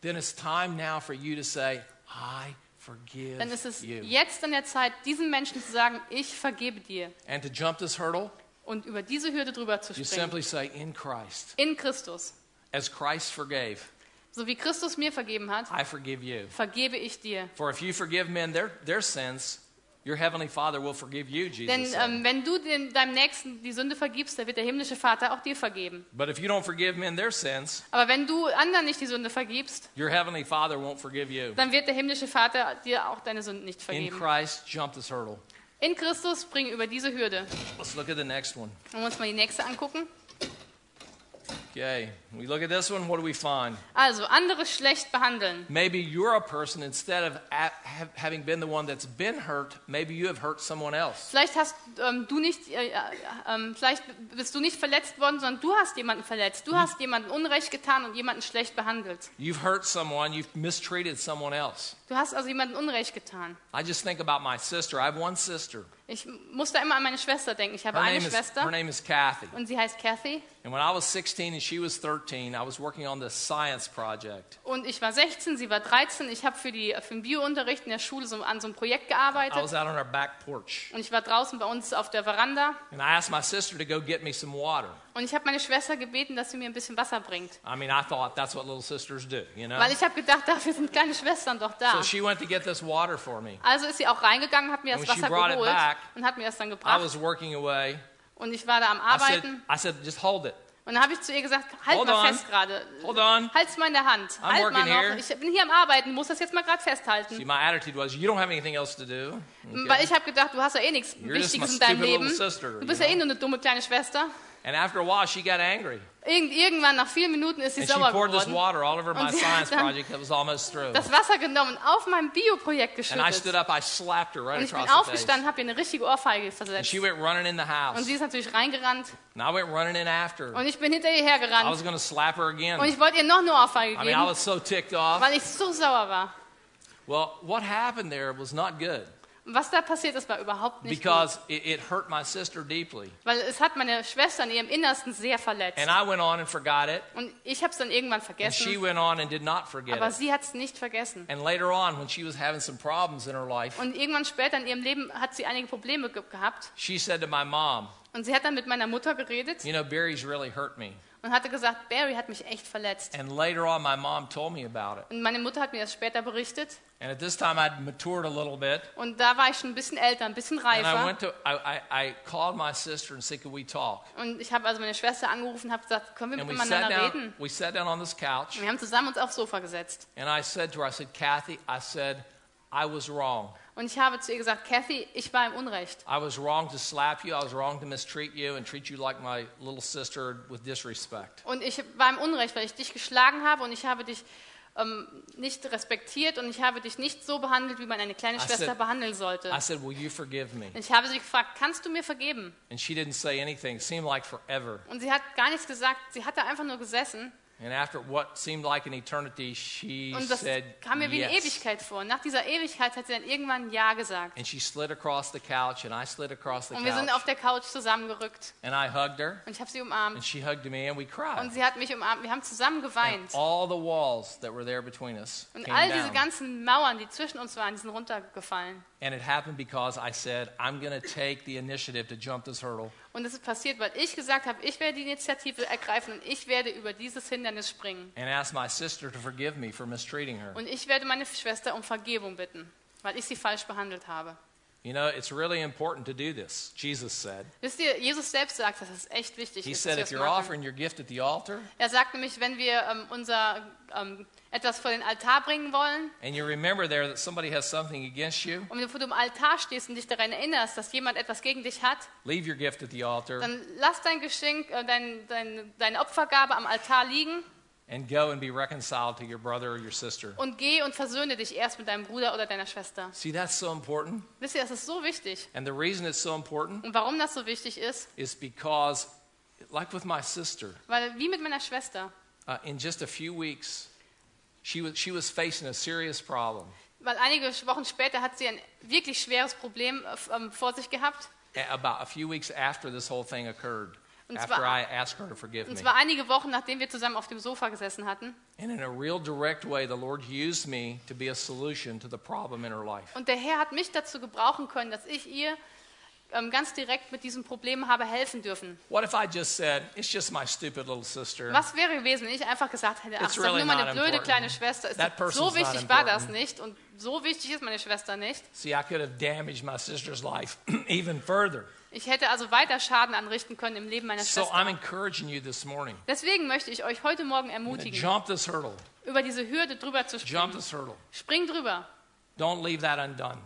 Speaker 1: then it's time now for you to say, I forgive
Speaker 2: dann ist es
Speaker 1: you.
Speaker 2: jetzt an der Zeit, diesen Menschen zu sagen, ich vergebe dir.
Speaker 1: And to jump this hurdle,
Speaker 2: Und über diese Hürde drüber zu
Speaker 1: you
Speaker 2: springen.
Speaker 1: simply say, In Christ,
Speaker 2: In Christus.
Speaker 1: as Christ forgave,
Speaker 2: So wie Christus mir vergeben hat,
Speaker 1: I forgive you.
Speaker 2: vergebe ich dir.
Speaker 1: For if you forgive men their, their sins, your heavenly Father will forgive you, Jesus.
Speaker 2: Denn
Speaker 1: said.
Speaker 2: ähm, wenn du den, deinem Nächsten die Sünde vergibst, dann wird der himmlische Vater auch dir vergeben.
Speaker 1: but if you don't forgive men their sins,
Speaker 2: Aber wenn du anderen nicht die Sünde vergibst,
Speaker 1: your heavenly Father won't forgive you.
Speaker 2: dann wird der himmlische Vater dir auch deine Sünden nicht
Speaker 1: In
Speaker 2: vergeben.
Speaker 1: Christ, jump this hurdle.
Speaker 2: In Christus bring über diese Hürde.
Speaker 1: Let's look at the next one.
Speaker 2: Wollen wir uns mal die nächste angucken?
Speaker 1: Okay, we look at this one. What do we find?
Speaker 2: Also, andere schlecht behandeln.
Speaker 1: Maybe you're a person, instead of a- ha- having been the one that's been hurt, maybe you have hurt someone else.
Speaker 2: Vielleicht hast ähm, du nicht, äh, äh, ähm, vielleicht bist du nicht verletzt worden, sondern du hast jemanden verletzt. Du
Speaker 1: Mhm.
Speaker 2: hast jemanden Unrecht getan und jemanden schlecht behandelt.
Speaker 1: You've hurt someone, you've mistreated someone else.
Speaker 2: Du hast also jemanden Unrecht getan.
Speaker 1: I just think about my sister. I have one sister.
Speaker 2: Ich muss da immer an meine Schwester denken. Ich habe
Speaker 1: Her
Speaker 2: eine
Speaker 1: name, is, her
Speaker 2: Schwester
Speaker 1: name is Kathy.
Speaker 2: und sie heißt Kathy
Speaker 1: And when I was 16 and she was 13, I was working on the science project.
Speaker 2: und ich war 16, sie war 13. Ich habe für, die- für den Biounterricht in der Schule so, an so einem Projekt
Speaker 1: I
Speaker 2: gearbeitet
Speaker 1: was out on our back porch.
Speaker 2: und ich war draußen bei uns auf der Veranda
Speaker 1: And I asked my sister to go get me some water.
Speaker 2: und ich habe meine Schwester gebeten, dass sie mir ein bisschen Wasser bringt.
Speaker 1: I mean, I thought that's what little sisters do, you know?
Speaker 2: Weil ich habe gedacht, dafür sind kleine Schwestern doch da.
Speaker 1: So she went to get this water for me.
Speaker 2: Also ist sie auch reingegangen, hat mir
Speaker 1: And
Speaker 2: das
Speaker 1: when she
Speaker 2: Wasser
Speaker 1: brought it
Speaker 2: geholt
Speaker 1: back,
Speaker 2: und hat mir das dann
Speaker 1: I
Speaker 2: gebracht.
Speaker 1: was working away.
Speaker 2: Und ich war da am
Speaker 1: I said,
Speaker 2: Arbeiten.
Speaker 1: I said, just hold it.
Speaker 2: Und dann habe ich zu ihr gesagt, halt
Speaker 1: Hold
Speaker 2: mal
Speaker 1: on.
Speaker 2: fest gerade.
Speaker 1: Hold on.
Speaker 2: Halt's mal in der Hand.
Speaker 1: I'm
Speaker 2: halt mal
Speaker 1: working
Speaker 2: noch.
Speaker 1: here.
Speaker 2: Ich bin hier am Arbeiten, muss das jetzt mal gerade
Speaker 1: See,
Speaker 2: festhalten.
Speaker 1: my attitude was, you don't have anything else to do.
Speaker 2: Weil ich habe gedacht, du hast ja eh nichts
Speaker 1: You're just
Speaker 2: Wichtiges
Speaker 1: my
Speaker 2: in deinem
Speaker 1: stupid
Speaker 2: Leben.
Speaker 1: little sister,
Speaker 2: du bist
Speaker 1: you
Speaker 2: ja eh nur eine dumme kleine Schwester.
Speaker 1: And after a while, she got angry.
Speaker 2: Irgend, irgendwann, nach vielen Minuten, ist sie
Speaker 1: And she
Speaker 2: sauer
Speaker 1: poured this
Speaker 2: geworden.
Speaker 1: water all over my
Speaker 2: sie hat
Speaker 1: science
Speaker 2: dann
Speaker 1: project that was almost through.
Speaker 2: Das Wasser genommen und auf mein Bioprojekt
Speaker 1: And I stood
Speaker 2: geschüttet.
Speaker 1: up, I slapped her right
Speaker 2: Und ich bin
Speaker 1: across the face.
Speaker 2: aufgestanden, habe ihr eine richtige Ohrfeige
Speaker 1: And
Speaker 2: versetzt.
Speaker 1: she went running in the
Speaker 2: Und
Speaker 1: house.
Speaker 2: sie ist natürlich reingerannt.
Speaker 1: And I went running in after. her.
Speaker 2: Und ich bin hinter ihr
Speaker 1: I
Speaker 2: hergerannt.
Speaker 1: was going to slap her again.
Speaker 2: Und ich wollte ihr noch eine Ohrfeige
Speaker 1: I mean, I
Speaker 2: geben,
Speaker 1: was so ticked off.
Speaker 2: weil ich so sauer war.
Speaker 1: Well, what happened there was not good.
Speaker 2: Und was da passiert ist, war überhaupt nicht gut.
Speaker 1: because it, it hurt my sister deeply.
Speaker 2: Weil es hat meine Schwester in ihrem Innersten sehr verletzt.
Speaker 1: And I went on and forgot it,
Speaker 2: Und ich habe es dann irgendwann
Speaker 1: and she
Speaker 2: vergessen.
Speaker 1: went on and did not forget
Speaker 2: Aber
Speaker 1: it.
Speaker 2: sie hat es nicht vergessen.
Speaker 1: And later on, when she was having some problems in her life,
Speaker 2: Und irgendwann später in ihrem Leben hat sie einige Probleme ge gehabt.
Speaker 1: she said to my mom,
Speaker 2: Und sie hat dann mit meiner Mutter geredet
Speaker 1: You know, Barry's really hurt me.
Speaker 2: und hatte gesagt, Barry hat mich echt verletzt.
Speaker 1: And later on, my mom told me about it.
Speaker 2: Und meine Mutter hat mir das später berichtet.
Speaker 1: And at this time, I'd matured a little bit.
Speaker 2: Und da war ich schon ein bisschen älter, ein bisschen
Speaker 1: And I
Speaker 2: reifer.
Speaker 1: went to, I, I, I called my sister and said, Could we talk?
Speaker 2: Und ich habe also meine Schwester angerufen und habe gesagt, können wir
Speaker 1: And we sat,
Speaker 2: miteinander
Speaker 1: down,
Speaker 2: reden?
Speaker 1: we sat down on this couch,
Speaker 2: Und wir haben zusammen uns aufs Sofa gesetzt.
Speaker 1: and I said to her, I said, Kathy, I said, I was wrong.
Speaker 2: Und ich habe zu ihr gesagt, Kathy, ich war im Unrecht.
Speaker 1: I was wrong to slap you. I was wrong to mistreat you and treat you like my little sister with disrespect.
Speaker 2: Und ich war im Unrecht, weil ich dich geschlagen habe und ich habe dich ähm, nicht respektiert und ich habe dich nicht so behandelt, wie man eine kleine
Speaker 1: I said-
Speaker 2: Schwester behandeln sollte.
Speaker 1: I said, Will you forgive me?
Speaker 2: Und ich habe sie gefragt, kannst du mir vergeben?
Speaker 1: And she didn't say anything. It seemed like forever.
Speaker 2: Und sie hat gar nichts gesagt. Sie hat da einfach nur gesessen.
Speaker 1: And after what seemed like an eternity, she
Speaker 2: Und das
Speaker 1: said,
Speaker 2: kam mir wie eine
Speaker 1: yes.
Speaker 2: Ewigkeit vor. Und nach dieser Ewigkeit hat sie dann irgendwann Ja gesagt.
Speaker 1: And she slid across the couch, and I slid across the
Speaker 2: Und wir sind auf
Speaker 1: couch.
Speaker 2: der Couch zusammengerückt.
Speaker 1: And I hugged her,
Speaker 2: Und ich habe sie
Speaker 1: and
Speaker 2: umarmt.
Speaker 1: she hugged me, and we
Speaker 2: Und
Speaker 1: cried.
Speaker 2: sie hat mich umarmt. Wir haben zusammen
Speaker 1: And
Speaker 2: geweint.
Speaker 1: all the walls that were there between us
Speaker 2: Und
Speaker 1: came
Speaker 2: all diese
Speaker 1: down.
Speaker 2: ganzen Mauern, die zwischen uns waren, die sind runtergefallen.
Speaker 1: And it happened because I said, I'm going to take the initiative to jump this hurdle.
Speaker 2: Und das ist passiert, weil ich gesagt habe, ich werde die Initiative ergreifen und ich werde über dieses Hindernis springen.
Speaker 1: and asked my sister to forgive me for mistreating her.
Speaker 2: Und ich werde meine Schwester um Vergebung bitten, weil ich sie falsch behandelt habe.
Speaker 1: You know, it's really important to do this, Jesus said.
Speaker 2: Wisst ihr, Jesus selbst sagt, dass es echt wichtig
Speaker 1: He
Speaker 2: ist.
Speaker 1: said, if
Speaker 2: dass wir
Speaker 1: you're
Speaker 2: das machen.
Speaker 1: offering your gift at the altar
Speaker 2: Er sagt nämlich, wenn wir ähm, unser ähm, etwas vor den Altar bringen wollen
Speaker 1: and you remember there that somebody has something against you,
Speaker 2: und wenn du vor dem Altar stehst und dich daran erinnerst, dass jemand etwas gegen dich hat,
Speaker 1: leave your gift at the altar
Speaker 2: dann lass dein Geschenk, äh, dein, dein, deine Opfergabe am Altar liegen
Speaker 1: and go and be reconciled to your brother or your sister.
Speaker 2: und geh und versöhne dich erst mit deinem Bruder oder deiner Schwester.
Speaker 1: See, that's so important.
Speaker 2: Wisst ihr, das ist so wichtig.
Speaker 1: And the reason it's so important
Speaker 2: Und warum das so wichtig ist,
Speaker 1: is because, like with my sister,
Speaker 2: weil wie mit meiner Schwester,
Speaker 1: uh, in just a few weeks, she was, she was facing a serious problem,
Speaker 2: weil einige Wochen später hat sie ein wirklich schweres Problem äh, f- ähm, vor sich gehabt.
Speaker 1: a- about a few weeks after this whole thing occurred,
Speaker 2: Und
Speaker 1: after
Speaker 2: zwar-
Speaker 1: I asked her to forgive
Speaker 2: Und
Speaker 1: me.
Speaker 2: zwar einige Wochen, nachdem wir zusammen auf dem Sofa gesessen hatten.
Speaker 1: And in a real direct way, the Lord used me to be a solution to the problem in her life.
Speaker 2: Und der Herr hat mich dazu gebrauchen können, dass ich ihr ähm, ganz direkt mit diesem Problem habe helfen dürfen.
Speaker 1: What if I just said, It's just my stupid little sister?
Speaker 2: Was wäre gewesen, wenn ich einfach gesagt hätte, ach,
Speaker 1: It's
Speaker 2: ist doch
Speaker 1: really
Speaker 2: nur meine
Speaker 1: not
Speaker 2: blöde
Speaker 1: important.
Speaker 2: kleine Schwester. Ist
Speaker 1: That
Speaker 2: doch-
Speaker 1: person's
Speaker 2: so
Speaker 1: not
Speaker 2: wichtig war das
Speaker 1: important.
Speaker 2: nicht und so wichtig ist meine Schwester nicht.
Speaker 1: See, I could have damaged my sister's life even further.
Speaker 2: Ich hätte also weiter Schaden anrichten können im Leben meiner
Speaker 1: So
Speaker 2: Schwester.
Speaker 1: I'm encouraging you this morning.
Speaker 2: Deswegen möchte ich euch heute Morgen
Speaker 1: to
Speaker 2: ermutigen,
Speaker 1: Jump this hurdle.
Speaker 2: über diese Hürde drüber zu
Speaker 1: Jump
Speaker 2: springen.
Speaker 1: this hurdle.
Speaker 2: Spring drüber.
Speaker 1: Don't leave that undone.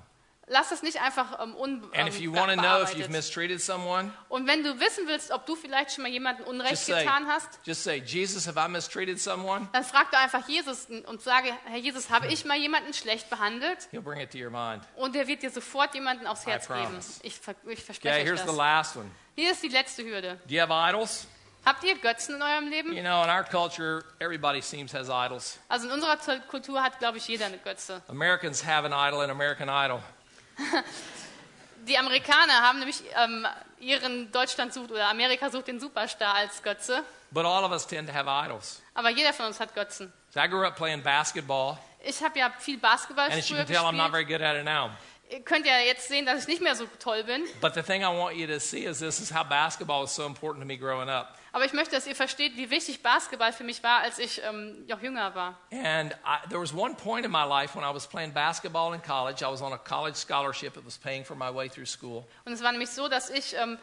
Speaker 2: Lass das nicht einfach ähm, un
Speaker 1: And if you want to know if you've
Speaker 2: unbearbeitet.
Speaker 1: mistreated someone,
Speaker 2: Und wenn du wissen willst, ob du vielleicht schon mal jemandem Unrecht
Speaker 1: just say,
Speaker 2: getan hast,
Speaker 1: just say, Jesus, have I mistreated someone?
Speaker 2: dann frag doch einfach Jesus und sage, Herr Jesus, habe ich mal jemanden schlecht behandelt?
Speaker 1: He'll bring it to your mind.
Speaker 2: Und er wird dir sofort jemanden aufs
Speaker 1: I
Speaker 2: Herz geben.
Speaker 1: promise.
Speaker 2: Ich, ver ich verspreche
Speaker 1: Okay, here's
Speaker 2: euch
Speaker 1: the
Speaker 2: das.
Speaker 1: last one.
Speaker 2: Hier ist die letzte Hürde.
Speaker 1: Do you have idols?
Speaker 2: Habt ihr Götzen in eurem Leben?
Speaker 1: You know, in our culture, everybody seems has idols.
Speaker 2: Also in unserer Zo- Kultur hat, glaube ich, jeder eine Götze.
Speaker 1: Americans have an idol, an American Idol.
Speaker 2: Die Amerikaner haben nämlich ähm, ihren Deutschland sucht oder Amerika sucht den Superstar als Götze.
Speaker 1: But all of us tend to have idols.
Speaker 2: Aber jeder von uns hat Götzen.
Speaker 1: So I grew up playing basketball,
Speaker 2: Ich habe ja viel Basketball
Speaker 1: and as you
Speaker 2: früher
Speaker 1: can tell, I'm not
Speaker 2: gespielt.
Speaker 1: very good at it now.
Speaker 2: Ihr könnt ja jetzt sehen, dass ich nicht mehr so toll bin.
Speaker 1: But the thing I want you to see is this is how basketball was so important to me growing up.
Speaker 2: Aber ich möchte, dass ihr versteht, wie wichtig Basketball für mich war, als ich ähm, noch jünger war.
Speaker 1: And I, there was one point in my life when I was playing basketball in college. I was on a college scholarship that was paying for my way through school.
Speaker 2: Und es war nämlich so, dass ich ähm,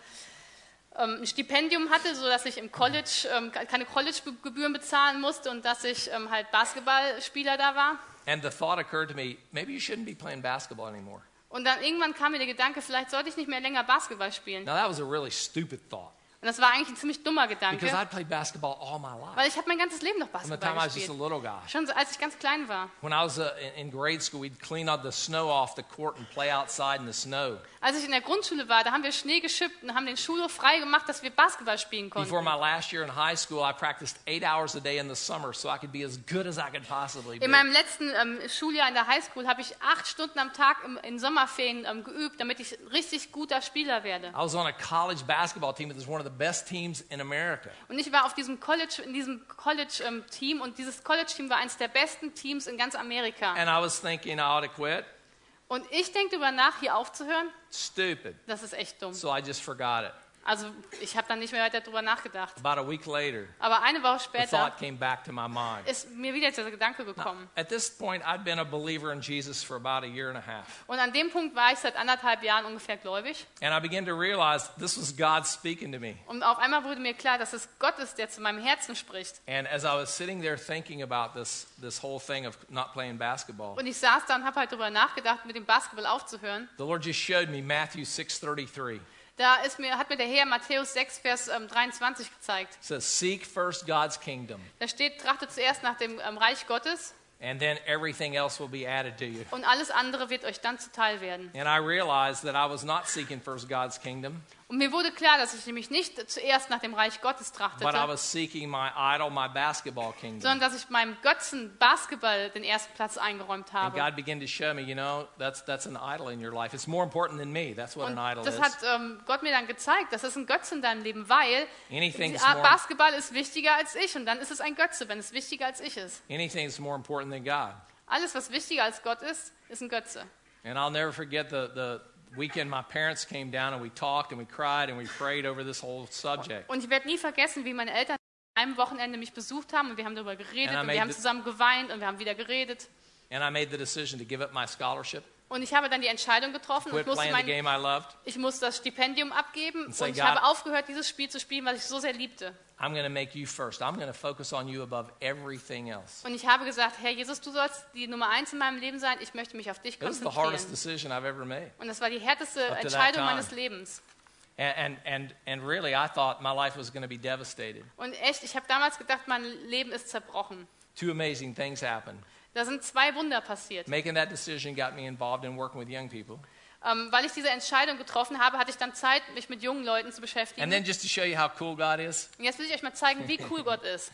Speaker 2: ähm, ein Stipendium hatte, sodass ich im College ähm, keine College-Gebühren bezahlen musste und dass ich ähm, halt Basketballspieler da war.
Speaker 1: And the thought occurred to me maybe you shouldn't be playing basketball anymore.
Speaker 2: Und dann irgendwann kam mir der Gedanke, vielleicht sollte ich nicht mehr länger Basketball spielen.
Speaker 1: Now, that was a really stupid thought.
Speaker 2: Und das war eigentlich ein ziemlich dummer Gedanke,
Speaker 1: because I played basketball all my life.
Speaker 2: weil ich habe mein ganzes Leben noch
Speaker 1: From the time I
Speaker 2: Basketball
Speaker 1: was just a
Speaker 2: gespielt.
Speaker 1: little guy.
Speaker 2: Schon so, als ich ganz klein war.
Speaker 1: When I was uh, in, in grade school, we'd clean up the snow off the court and play outside in the snow.
Speaker 2: Als ich in der Grundschule war, da haben wir Schnee geschippt und haben den Schulhof frei gemacht, dass wir Basketball spielen konnten.
Speaker 1: Before my last year in high school, I practiced eight hours a day in the summer so I could be as good as I could possibly be.
Speaker 2: In meinem letzten ähm, Schuljahr in der Highschool habe ich acht Stunden am Tag im, in Sommerferien ähm, geübt, damit ich richtig guter Spieler werde.
Speaker 1: I was on a college basketball team that was one of the best teams in America.
Speaker 2: Und ich war auf diesem College, in diesem College-Team und dieses College-Team war eines der besten Teams in ganz Amerika.
Speaker 1: And I was thinking I ought to quit.
Speaker 2: Und ich denke darüber nach, hier aufzuhören,
Speaker 1: Stupid.
Speaker 2: das ist echt dumm.
Speaker 1: So I just forgot it.
Speaker 2: Also ich habe dann nicht mehr weiter darüber nachgedacht.
Speaker 1: About a week later,
Speaker 2: Aber eine Woche
Speaker 1: the
Speaker 2: später
Speaker 1: thought came back to my mind.
Speaker 2: ist mir wieder dieser Gedanke gekommen.
Speaker 1: At this point, I'd been a believer in Jesus for about a year and a half.
Speaker 2: Und an dem Punkt war ich seit anderthalb Jahren ungefähr gläubig.
Speaker 1: And I began to realize this was God speaking to me.
Speaker 2: Und auf einmal wurde mir klar, dass es Gott ist, der zu meinem Herzen spricht.
Speaker 1: And as I was sitting there thinking about this, this whole thing of not playing basketball,
Speaker 2: Und ich saß da und habe halt darüber nachgedacht, mit dem Basketball aufzuhören.
Speaker 1: the Lord just showed me Matthew 6.33. It
Speaker 2: Da ist mir, hat mir der Herr Matthäus 6, Vers ähm, 23 gezeigt.
Speaker 1: says, seek first God's kingdom,
Speaker 2: Da steht, trachte zuerst nach dem ähm, Reich Gottes
Speaker 1: and then everything else will be added to you.
Speaker 2: und alles andere wird euch dann zuteil werden.
Speaker 1: And I realized that I was not seeking first God's kingdom,
Speaker 2: Und mir wurde klar, dass ich nämlich nicht zuerst nach dem Reich Gottes
Speaker 1: but I
Speaker 2: trachtete,
Speaker 1: was seeking my idol, my basketball kingdom.
Speaker 2: sondern dass ich meinem Götzen Basketball den ersten Platz eingeräumt
Speaker 1: And
Speaker 2: habe.
Speaker 1: God began to show me, you know, that's, that's an idol in your life. It's more important than me. That's what
Speaker 2: Und
Speaker 1: an idol
Speaker 2: das
Speaker 1: is.
Speaker 2: hat ähm, Gott mir dann gezeigt, das ist ein Götze in deinem Leben, weil
Speaker 1: Anything
Speaker 2: die-
Speaker 1: is more-
Speaker 2: Basketball ist wichtiger als ich und dann ist es ein Götze, wenn es wichtiger als ich ist.
Speaker 1: Anything that's more important than God.
Speaker 2: Alles, was wichtiger als Gott ist, ist ein Götze.
Speaker 1: And I'll never forget the, the weekend my parents came down and we talked and we cried and we prayed over this whole subject.
Speaker 2: Und ich werde nie vergessen, wie meine Eltern an einem Wochenende mich besucht haben und wir haben darüber
Speaker 1: And I
Speaker 2: geredet und
Speaker 1: made
Speaker 2: wir haben
Speaker 1: the-
Speaker 2: zusammen geweint und wir haben wieder geredet.
Speaker 1: And I made the decision to give up my scholarship,
Speaker 2: Und ich habe dann die Entscheidung getroffen und
Speaker 1: quit
Speaker 2: musste
Speaker 1: playing the
Speaker 2: mein,
Speaker 1: game I loved.
Speaker 2: ich muss das Stipendium abgeben
Speaker 1: And say,
Speaker 2: und ich
Speaker 1: God-
Speaker 2: habe aufgehört, dieses Spiel zu spielen, was ich so sehr liebte.
Speaker 1: I'm going to make you first. I'm going to focus on you above everything else.
Speaker 2: Und ich habe gesagt, Herr Jesus, du sollst die Nummer eins in meinem Leben sein, ich möchte mich auf dich
Speaker 1: It was the hardest
Speaker 2: konzentrieren.
Speaker 1: decision I've ever made.
Speaker 2: Und das war die härteste
Speaker 1: Up to that
Speaker 2: Entscheidung
Speaker 1: time.
Speaker 2: meines Lebens.
Speaker 1: And, and, and, and really, I thought my life was going to be devastated.
Speaker 2: Und echt, ich habe damals gedacht, mein Leben ist zerbrochen.
Speaker 1: Two amazing things happened.
Speaker 2: Da sind zwei Wunder passiert.
Speaker 1: Making that decision got me involved in working with young people.
Speaker 2: Ähm, weil ich diese Entscheidung getroffen habe, hatte ich dann Zeit, mich mit jungen Leuten zu beschäftigen.
Speaker 1: And then just to show you how cool God is,
Speaker 2: Und jetzt will ich euch mal zeigen, wie cool Gott ist.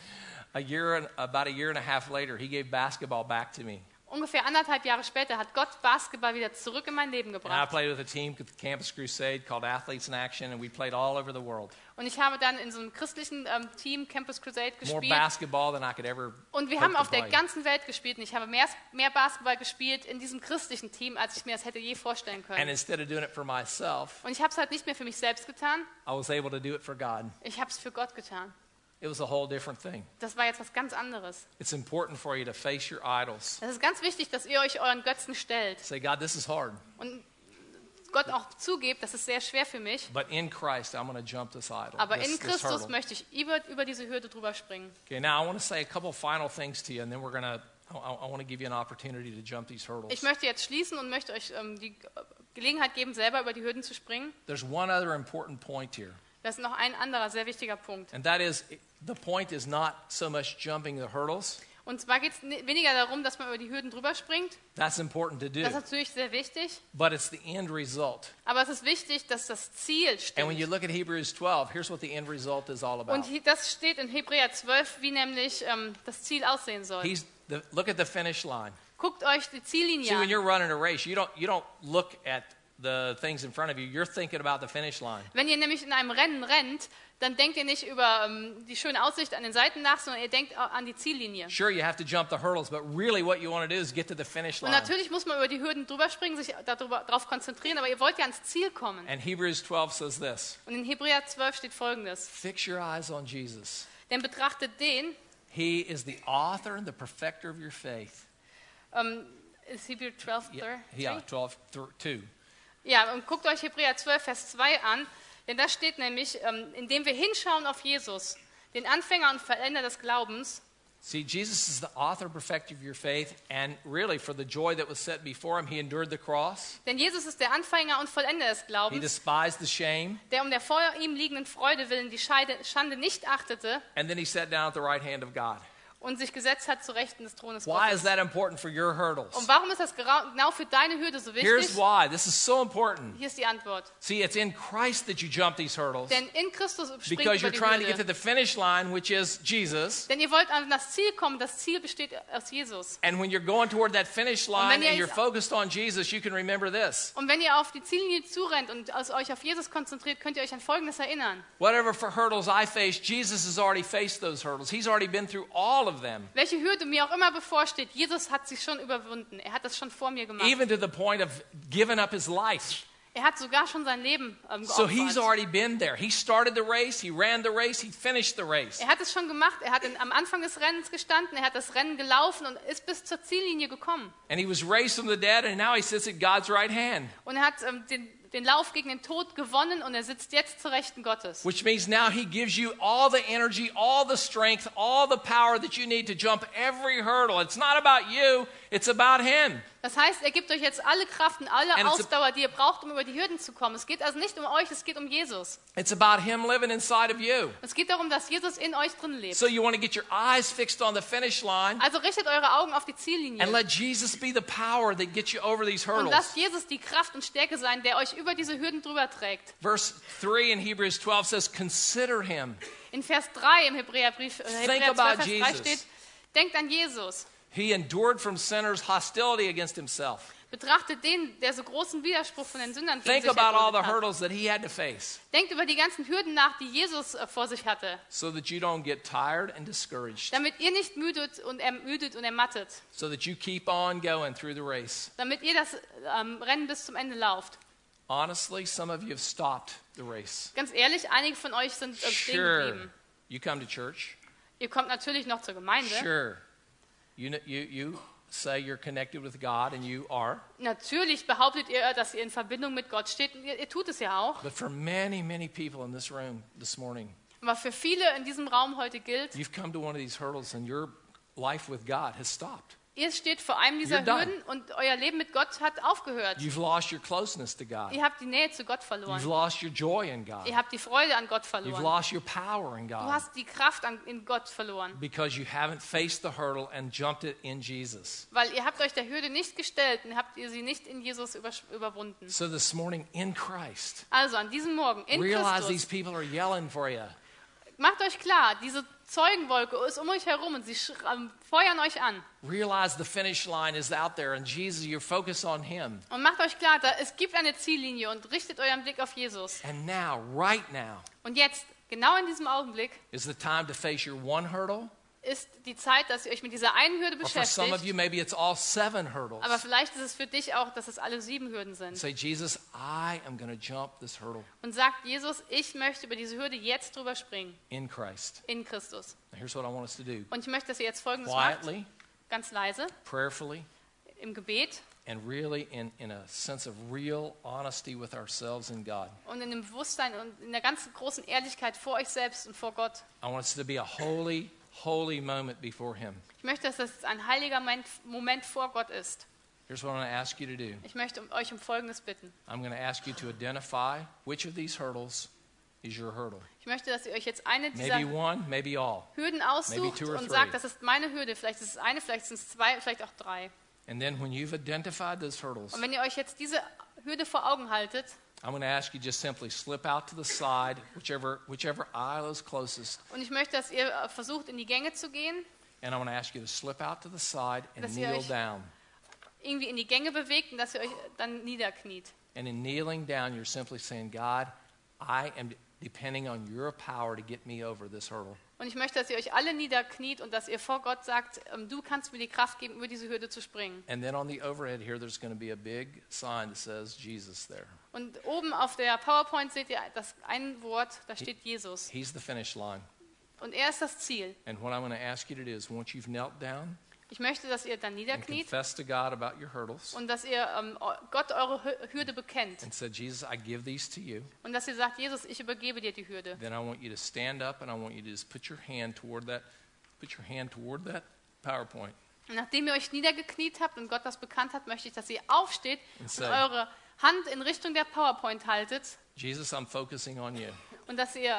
Speaker 1: a year, and- about a year and a half later, he gave basketball back to me.
Speaker 2: Ungefähr anderthalb Jahre später hat Gott Basketball wieder zurück in mein Leben
Speaker 1: And I
Speaker 2: gebracht.
Speaker 1: played with a team at the Campus Crusade called Athletes in Action, and we played all over the world.
Speaker 2: Und ich habe dann in so einem christlichen ähm, Team Campus Crusade
Speaker 1: More
Speaker 2: gespielt.
Speaker 1: basketball than I could ever.
Speaker 2: Und wir
Speaker 1: hope
Speaker 2: haben
Speaker 1: to
Speaker 2: auf der
Speaker 1: play.
Speaker 2: ganzen Welt gespielt. Und ich habe mehr, mehr Basketball gespielt in diesem christlichen Team, als ich mir das hätte je vorstellen
Speaker 1: And
Speaker 2: können.
Speaker 1: instead of doing it for myself,
Speaker 2: Und ich habe es halt nicht mehr für mich selbst getan.
Speaker 1: I was able to do it for God.
Speaker 2: Ich habe es für Gott getan.
Speaker 1: It was a whole different thing.
Speaker 2: Das war jetzt was ganz anderes.
Speaker 1: It's important for you to face your idols.
Speaker 2: Das ist ganz wichtig, dass ihr euch euren Götzen stellt
Speaker 1: Say, God, this is hard,
Speaker 2: und Gott auch zugebt, das ist sehr schwer für mich.
Speaker 1: but in Christ, I'm going to jump this idol.
Speaker 2: Aber
Speaker 1: this,
Speaker 2: Ah, in
Speaker 1: this
Speaker 2: Christus
Speaker 1: hurdle."
Speaker 2: möchte ich über, über diese Hürde drüber springen.
Speaker 1: Okay, now I want to say a couple final things to you, and then we're going to. I, I want to give you an opportunity to jump these hurdles.
Speaker 2: Ich möchte jetzt schließen und möchte euch ähm, die Gelegenheit geben, selber über die Hürden zu springen.
Speaker 1: There's one other important point here,
Speaker 2: Das ist noch ein anderer sehr wichtiger Punkt.
Speaker 1: and that is the point is not so much jumping the hurdles.
Speaker 2: Und zwar geht es weniger darum, dass man über die Hürden drüber springt.
Speaker 1: That's important to do,
Speaker 2: Das ist natürlich sehr wichtig.
Speaker 1: but it's the end result.
Speaker 2: Aber es ist wichtig, dass das Ziel
Speaker 1: And when you
Speaker 2: stimmt.
Speaker 1: look at Hebrews 12, here's what the end result is all
Speaker 2: Und
Speaker 1: about.
Speaker 2: hier- das steht in Hebräer 12, wie nämlich ähm, das Ziel aussehen soll.
Speaker 1: He's the, look at the finish line.
Speaker 2: Guckt euch die
Speaker 1: See,
Speaker 2: Ziellinie
Speaker 1: when
Speaker 2: an.
Speaker 1: you're running a race, you don't you don't look at the things in front of you. You're thinking about the finish line.
Speaker 2: Wenn ihr nämlich in einem Rennen rennt, dann denkt ihr nicht über ähm, die schöne Aussicht an den Seiten nach, sondern ihr denkt au- an die Ziellinie.
Speaker 1: Sure, you have to jump the hurdles, but really, what you want to do is get to the finish
Speaker 2: Und
Speaker 1: line.
Speaker 2: natürlich muss man über die Hürden drüber springen, sich darüber, darauf konzentrieren, aber ihr wollt ja ans Ziel kommen.
Speaker 1: And Hebrews 12 says this:
Speaker 2: Und in Hebräer 12 steht folgendes:
Speaker 1: Fix your eyes on Jesus.
Speaker 2: Denn betrachtet den,
Speaker 1: He is the author and the perfecter of your faith.
Speaker 2: ähm, ist Hebräer 12,
Speaker 1: Yeah,
Speaker 2: thir-
Speaker 1: yeah
Speaker 2: three?
Speaker 1: 12 th- 2.
Speaker 2: ja, und guckt euch Hebräer 12, Vers 2 an, denn da steht nämlich, ähm, indem wir hinschauen auf Jesus, den Anfänger und Veränder des Glaubens,
Speaker 1: See, Jesus is the author and perfecter of your faith, and really, for the joy that was set before him, he endured the cross.
Speaker 2: Denn Jesus ist der Anfänger und Vollender des
Speaker 1: He
Speaker 2: Glaubens,
Speaker 1: despised the shame,
Speaker 2: der um der vor ihm liegenden Freude willen die Scheide, Schande nicht achtete
Speaker 1: and then he sat down at the right hand of God.
Speaker 2: und sich gesetzt hat zu Rechten des Thrones
Speaker 1: Why
Speaker 2: Gottes.
Speaker 1: is that important for your
Speaker 2: Und
Speaker 1: hurdles?
Speaker 2: warum ist das gerau- genau für deine Hürde so
Speaker 1: Here's
Speaker 2: wichtig?
Speaker 1: why. This is so important.
Speaker 2: Hier ist die Antwort.
Speaker 1: See, it's in Christ that you jump these hurdles
Speaker 2: Denn in Christus springt
Speaker 1: because
Speaker 2: über
Speaker 1: you're
Speaker 2: die
Speaker 1: trying to get to
Speaker 2: Hürde.
Speaker 1: the finish line, which is Jesus.
Speaker 2: Denn ihr wollt an das Ziel kommen. Das Ziel besteht aus Jesus.
Speaker 1: And when you're going toward that finish line
Speaker 2: ihr
Speaker 1: and you're
Speaker 2: jetzt-
Speaker 1: focused on Jesus, you can remember this.
Speaker 2: Und wenn ihr auf die Ziellinie zurennt und aus euch auf Jesus konzentriert, könnt ihr euch an Folgendes erinnern.
Speaker 1: Whatever for hurdles I face, Jesus has already faced those hurdles. He's already been through all of them,
Speaker 2: Welche Hürde mir auch immer bevorsteht, Jesus hat sie schon überwunden. Er hat das schon vor mir gemacht.
Speaker 1: even to the point of giving up his life.
Speaker 2: Er hat sogar schon sein Leben ähm,
Speaker 1: So he's
Speaker 2: geopfert.
Speaker 1: already been there. He started the race, he ran the race, he finished the race.
Speaker 2: Er hat es schon gemacht. Er hat in, am Anfang des Rennens gestanden. Er hat das Rennen gelaufen und ist bis zur Ziellinie gekommen.
Speaker 1: And he was raised from the dead, and now he sits at God's right hand,
Speaker 2: Und er hat ähm, den, den Lauf gegen den Tod gewonnen und er sitzt jetzt zur Rechten Gottes.
Speaker 1: which means now he gives you all the energy, all the strength, all the power that you need to jump every hurdle. It's not about you, it's about him.
Speaker 2: Das heißt, er gibt euch jetzt alle Kraft und
Speaker 1: And
Speaker 2: alle
Speaker 1: it's a-
Speaker 2: Ausdauer, die ihr braucht, um über die Hürden zu kommen. Es geht also nicht um euch, es geht um Jesus.
Speaker 1: It's about him living inside of you.
Speaker 2: Es geht darum, dass Jesus in euch drin lebt.
Speaker 1: So you want to get your eyes fixed on the finish line
Speaker 2: Also richtet eure Augen auf die Ziellinie
Speaker 1: and let Jesus be the power that gets you over these
Speaker 2: und lasst
Speaker 1: hurdles.
Speaker 2: Jesus die Kraft und Stärke sein, der euch über diese Hürden drüber trägt.
Speaker 1: Verse 3 in Hebrews 12 says, Consider him.
Speaker 2: In Vers 3 im Hebräerbrief, äh,
Speaker 1: Think
Speaker 2: Hebräer 12,
Speaker 1: about
Speaker 2: Vers 3
Speaker 1: Jesus.
Speaker 2: steht, denkt an Jesus.
Speaker 1: He endured from sinners hostility against himself.
Speaker 2: Betrachtet den, der so großen Widerspruch von den Sündern gegen
Speaker 1: Think
Speaker 2: sich
Speaker 1: about all the
Speaker 2: erduldet hat.
Speaker 1: hurdles that he had to face
Speaker 2: Denkt über die ganzen Hürden nach, die Jesus äh, vor sich hatte,
Speaker 1: so that you don't get tired and discouraged,
Speaker 2: damit ihr nicht müdet und ermüdet und ermattet.
Speaker 1: so that you keep on going through the race.
Speaker 2: damit ihr das ähm, Rennen bis zum Ende lauft.
Speaker 1: Honestly, some of you have stopped the race.
Speaker 2: Ganz ehrlich, einige von euch sind äh, stehen
Speaker 1: Sure,
Speaker 2: geblieben.
Speaker 1: you come to church.
Speaker 2: Ihr kommt natürlich noch zur Gemeinde.
Speaker 1: Sure. You, kn- you, you say you're connected with God, and you are.
Speaker 2: Natürlich behauptet ihr, äh, dass ihr in Verbindung mit Gott steht. Und ihr, ihr tut es ja auch.
Speaker 1: But for many, many people in this room this morning,
Speaker 2: Aber für viele in diesem Raum heute gilt,
Speaker 1: you've come to one of these hurdles, and your life with God has stopped.
Speaker 2: ihr steht vor einem dieser
Speaker 1: You're done.
Speaker 2: Hürden und euer Leben mit Gott hat aufgehört.
Speaker 1: You've lost your closeness to God.
Speaker 2: Ihr habt die Nähe zu Gott
Speaker 1: You've
Speaker 2: verloren.
Speaker 1: lost your joy in God.
Speaker 2: Ihr habt die Freude an Gott
Speaker 1: You've
Speaker 2: verloren.
Speaker 1: lost your power in
Speaker 2: Du
Speaker 1: God
Speaker 2: hast die Kraft an, in Gott verloren,
Speaker 1: because you haven't faced the hurdle and jumped it in Jesus.
Speaker 2: weil ihr habt euch der Hürde nicht gestellt und habt ihr sie nicht in Jesus übersch- überwunden.
Speaker 1: So this morning, in Christ,
Speaker 2: Also an diesem Morgen in
Speaker 1: realize these
Speaker 2: Christus
Speaker 1: people are yelling for you.
Speaker 2: Macht euch klar, diese Zeugenwolke ist um euch herum und sie sch- ähm, feuern euch an.
Speaker 1: Realize the finish line is out there, and Jesus, you're focused on Him.
Speaker 2: Und macht euch klar, da, es gibt eine Ziellinie und richtet euren Blick auf Jesus.
Speaker 1: And now, right now,
Speaker 2: Und jetzt, genau in diesem Augenblick,
Speaker 1: is the time to face your one hurdle.
Speaker 2: ist die Zeit, dass ihr euch mit dieser einen Hürde
Speaker 1: Or for some of you,
Speaker 2: beschäftigt.
Speaker 1: maybe it's all seven hurdles.
Speaker 2: Aber vielleicht ist es für dich auch, dass es alle sieben Hürden sind.
Speaker 1: Say, Jesus, I am going to jump this hurdle
Speaker 2: Und sagt Jesus, ich möchte über diese Hürde jetzt drüber springen,
Speaker 1: in Christ.
Speaker 2: in Christus.
Speaker 1: Now, here's what I want us to do
Speaker 2: Und ich möchte, dass ihr jetzt Folgendes macht,
Speaker 1: quietly,
Speaker 2: ganz leise,
Speaker 1: prayerfully,
Speaker 2: im Gebet
Speaker 1: and really in, in a sense of real honesty with ourselves and God.
Speaker 2: und in dem Bewusstsein und in der ganz großen Ehrlichkeit vor euch selbst und vor Gott.
Speaker 1: I want us to be a holy, holy moment before Him.
Speaker 2: Ich möchte, dass das ein heiliger Moment- Moment vor Gott ist.
Speaker 1: Here's what I'm going to ask you to do
Speaker 2: Ich möchte um- euch um Folgendes bitten.
Speaker 1: I'm going to ask you to identify which of these hurdles is your hurdle.
Speaker 2: Ich möchte, dass ihr euch jetzt eine dieser
Speaker 1: Maybe one, maybe all.
Speaker 2: Hürden
Speaker 1: Maybe
Speaker 2: aussucht
Speaker 1: two or
Speaker 2: und
Speaker 1: three.
Speaker 2: sagt, das ist meine Hürde. Vielleicht ist es eine, vielleicht sind es zwei, vielleicht auch drei.
Speaker 1: And then when you've identified those hurdles,
Speaker 2: Und wenn ihr euch jetzt diese Hürde vor Augen haltet,
Speaker 1: I'm going to ask you just simply slip out to the side, whichever, whichever aisle is closest,
Speaker 2: und ich möchte, dass ihr äh, versucht, in die Gänge zu gehen,
Speaker 1: and I'm going to ask you to slip out to the side and
Speaker 2: Dass ihr
Speaker 1: kneel
Speaker 2: euch-
Speaker 1: down.
Speaker 2: irgendwie in die Gänge bewegt und dass ihr euch dann niederkniet.
Speaker 1: And in kneeling down, you're simply saying, God, I am depending on your power to get me over this hurdle.
Speaker 2: Und ich möchte, dass ihr euch alle niederkniet und dass ihr vor Gott sagt, ähm, du kannst mir die Kraft geben, über diese Hürde zu springen.
Speaker 1: And then on the overhead here, there's going to be a big sign that says Jesus there.
Speaker 2: Und oben auf der PowerPoint seht ihr das ein Wort, da steht Jesus.
Speaker 1: He's the finish line.
Speaker 2: Und er ist das Ziel.
Speaker 1: And what I'm going to ask you to do is once you've knelt down
Speaker 2: Ich möchte, dass ihr dann
Speaker 1: and
Speaker 2: niederkniet
Speaker 1: confessed to God about your hurdles
Speaker 2: und dass ihr ähm, eu- Gott eure Hü- Hürde bekennt
Speaker 1: and said, Jesus, I give these to you,
Speaker 2: und dass ihr sagt, Jesus, ich übergebe dir die Hürde.
Speaker 1: then I want you to stand up and I want you to just put your hand toward that Put your hand toward that PowerPoint.
Speaker 2: Und nachdem ihr euch niedergekniet habt und Gott das bekannt hat, möchte ich, dass ihr aufsteht und
Speaker 1: Inside.
Speaker 2: eure Hand in Richtung der PowerPoint haltet
Speaker 1: Jesus, I'm focusing on you.
Speaker 2: und dass ihr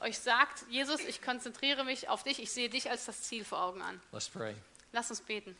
Speaker 2: euch sagt, Jesus, ich konzentriere mich auf dich, ich sehe dich als das Ziel vor Augen an.
Speaker 1: Let's pray.
Speaker 2: Lass uns beten.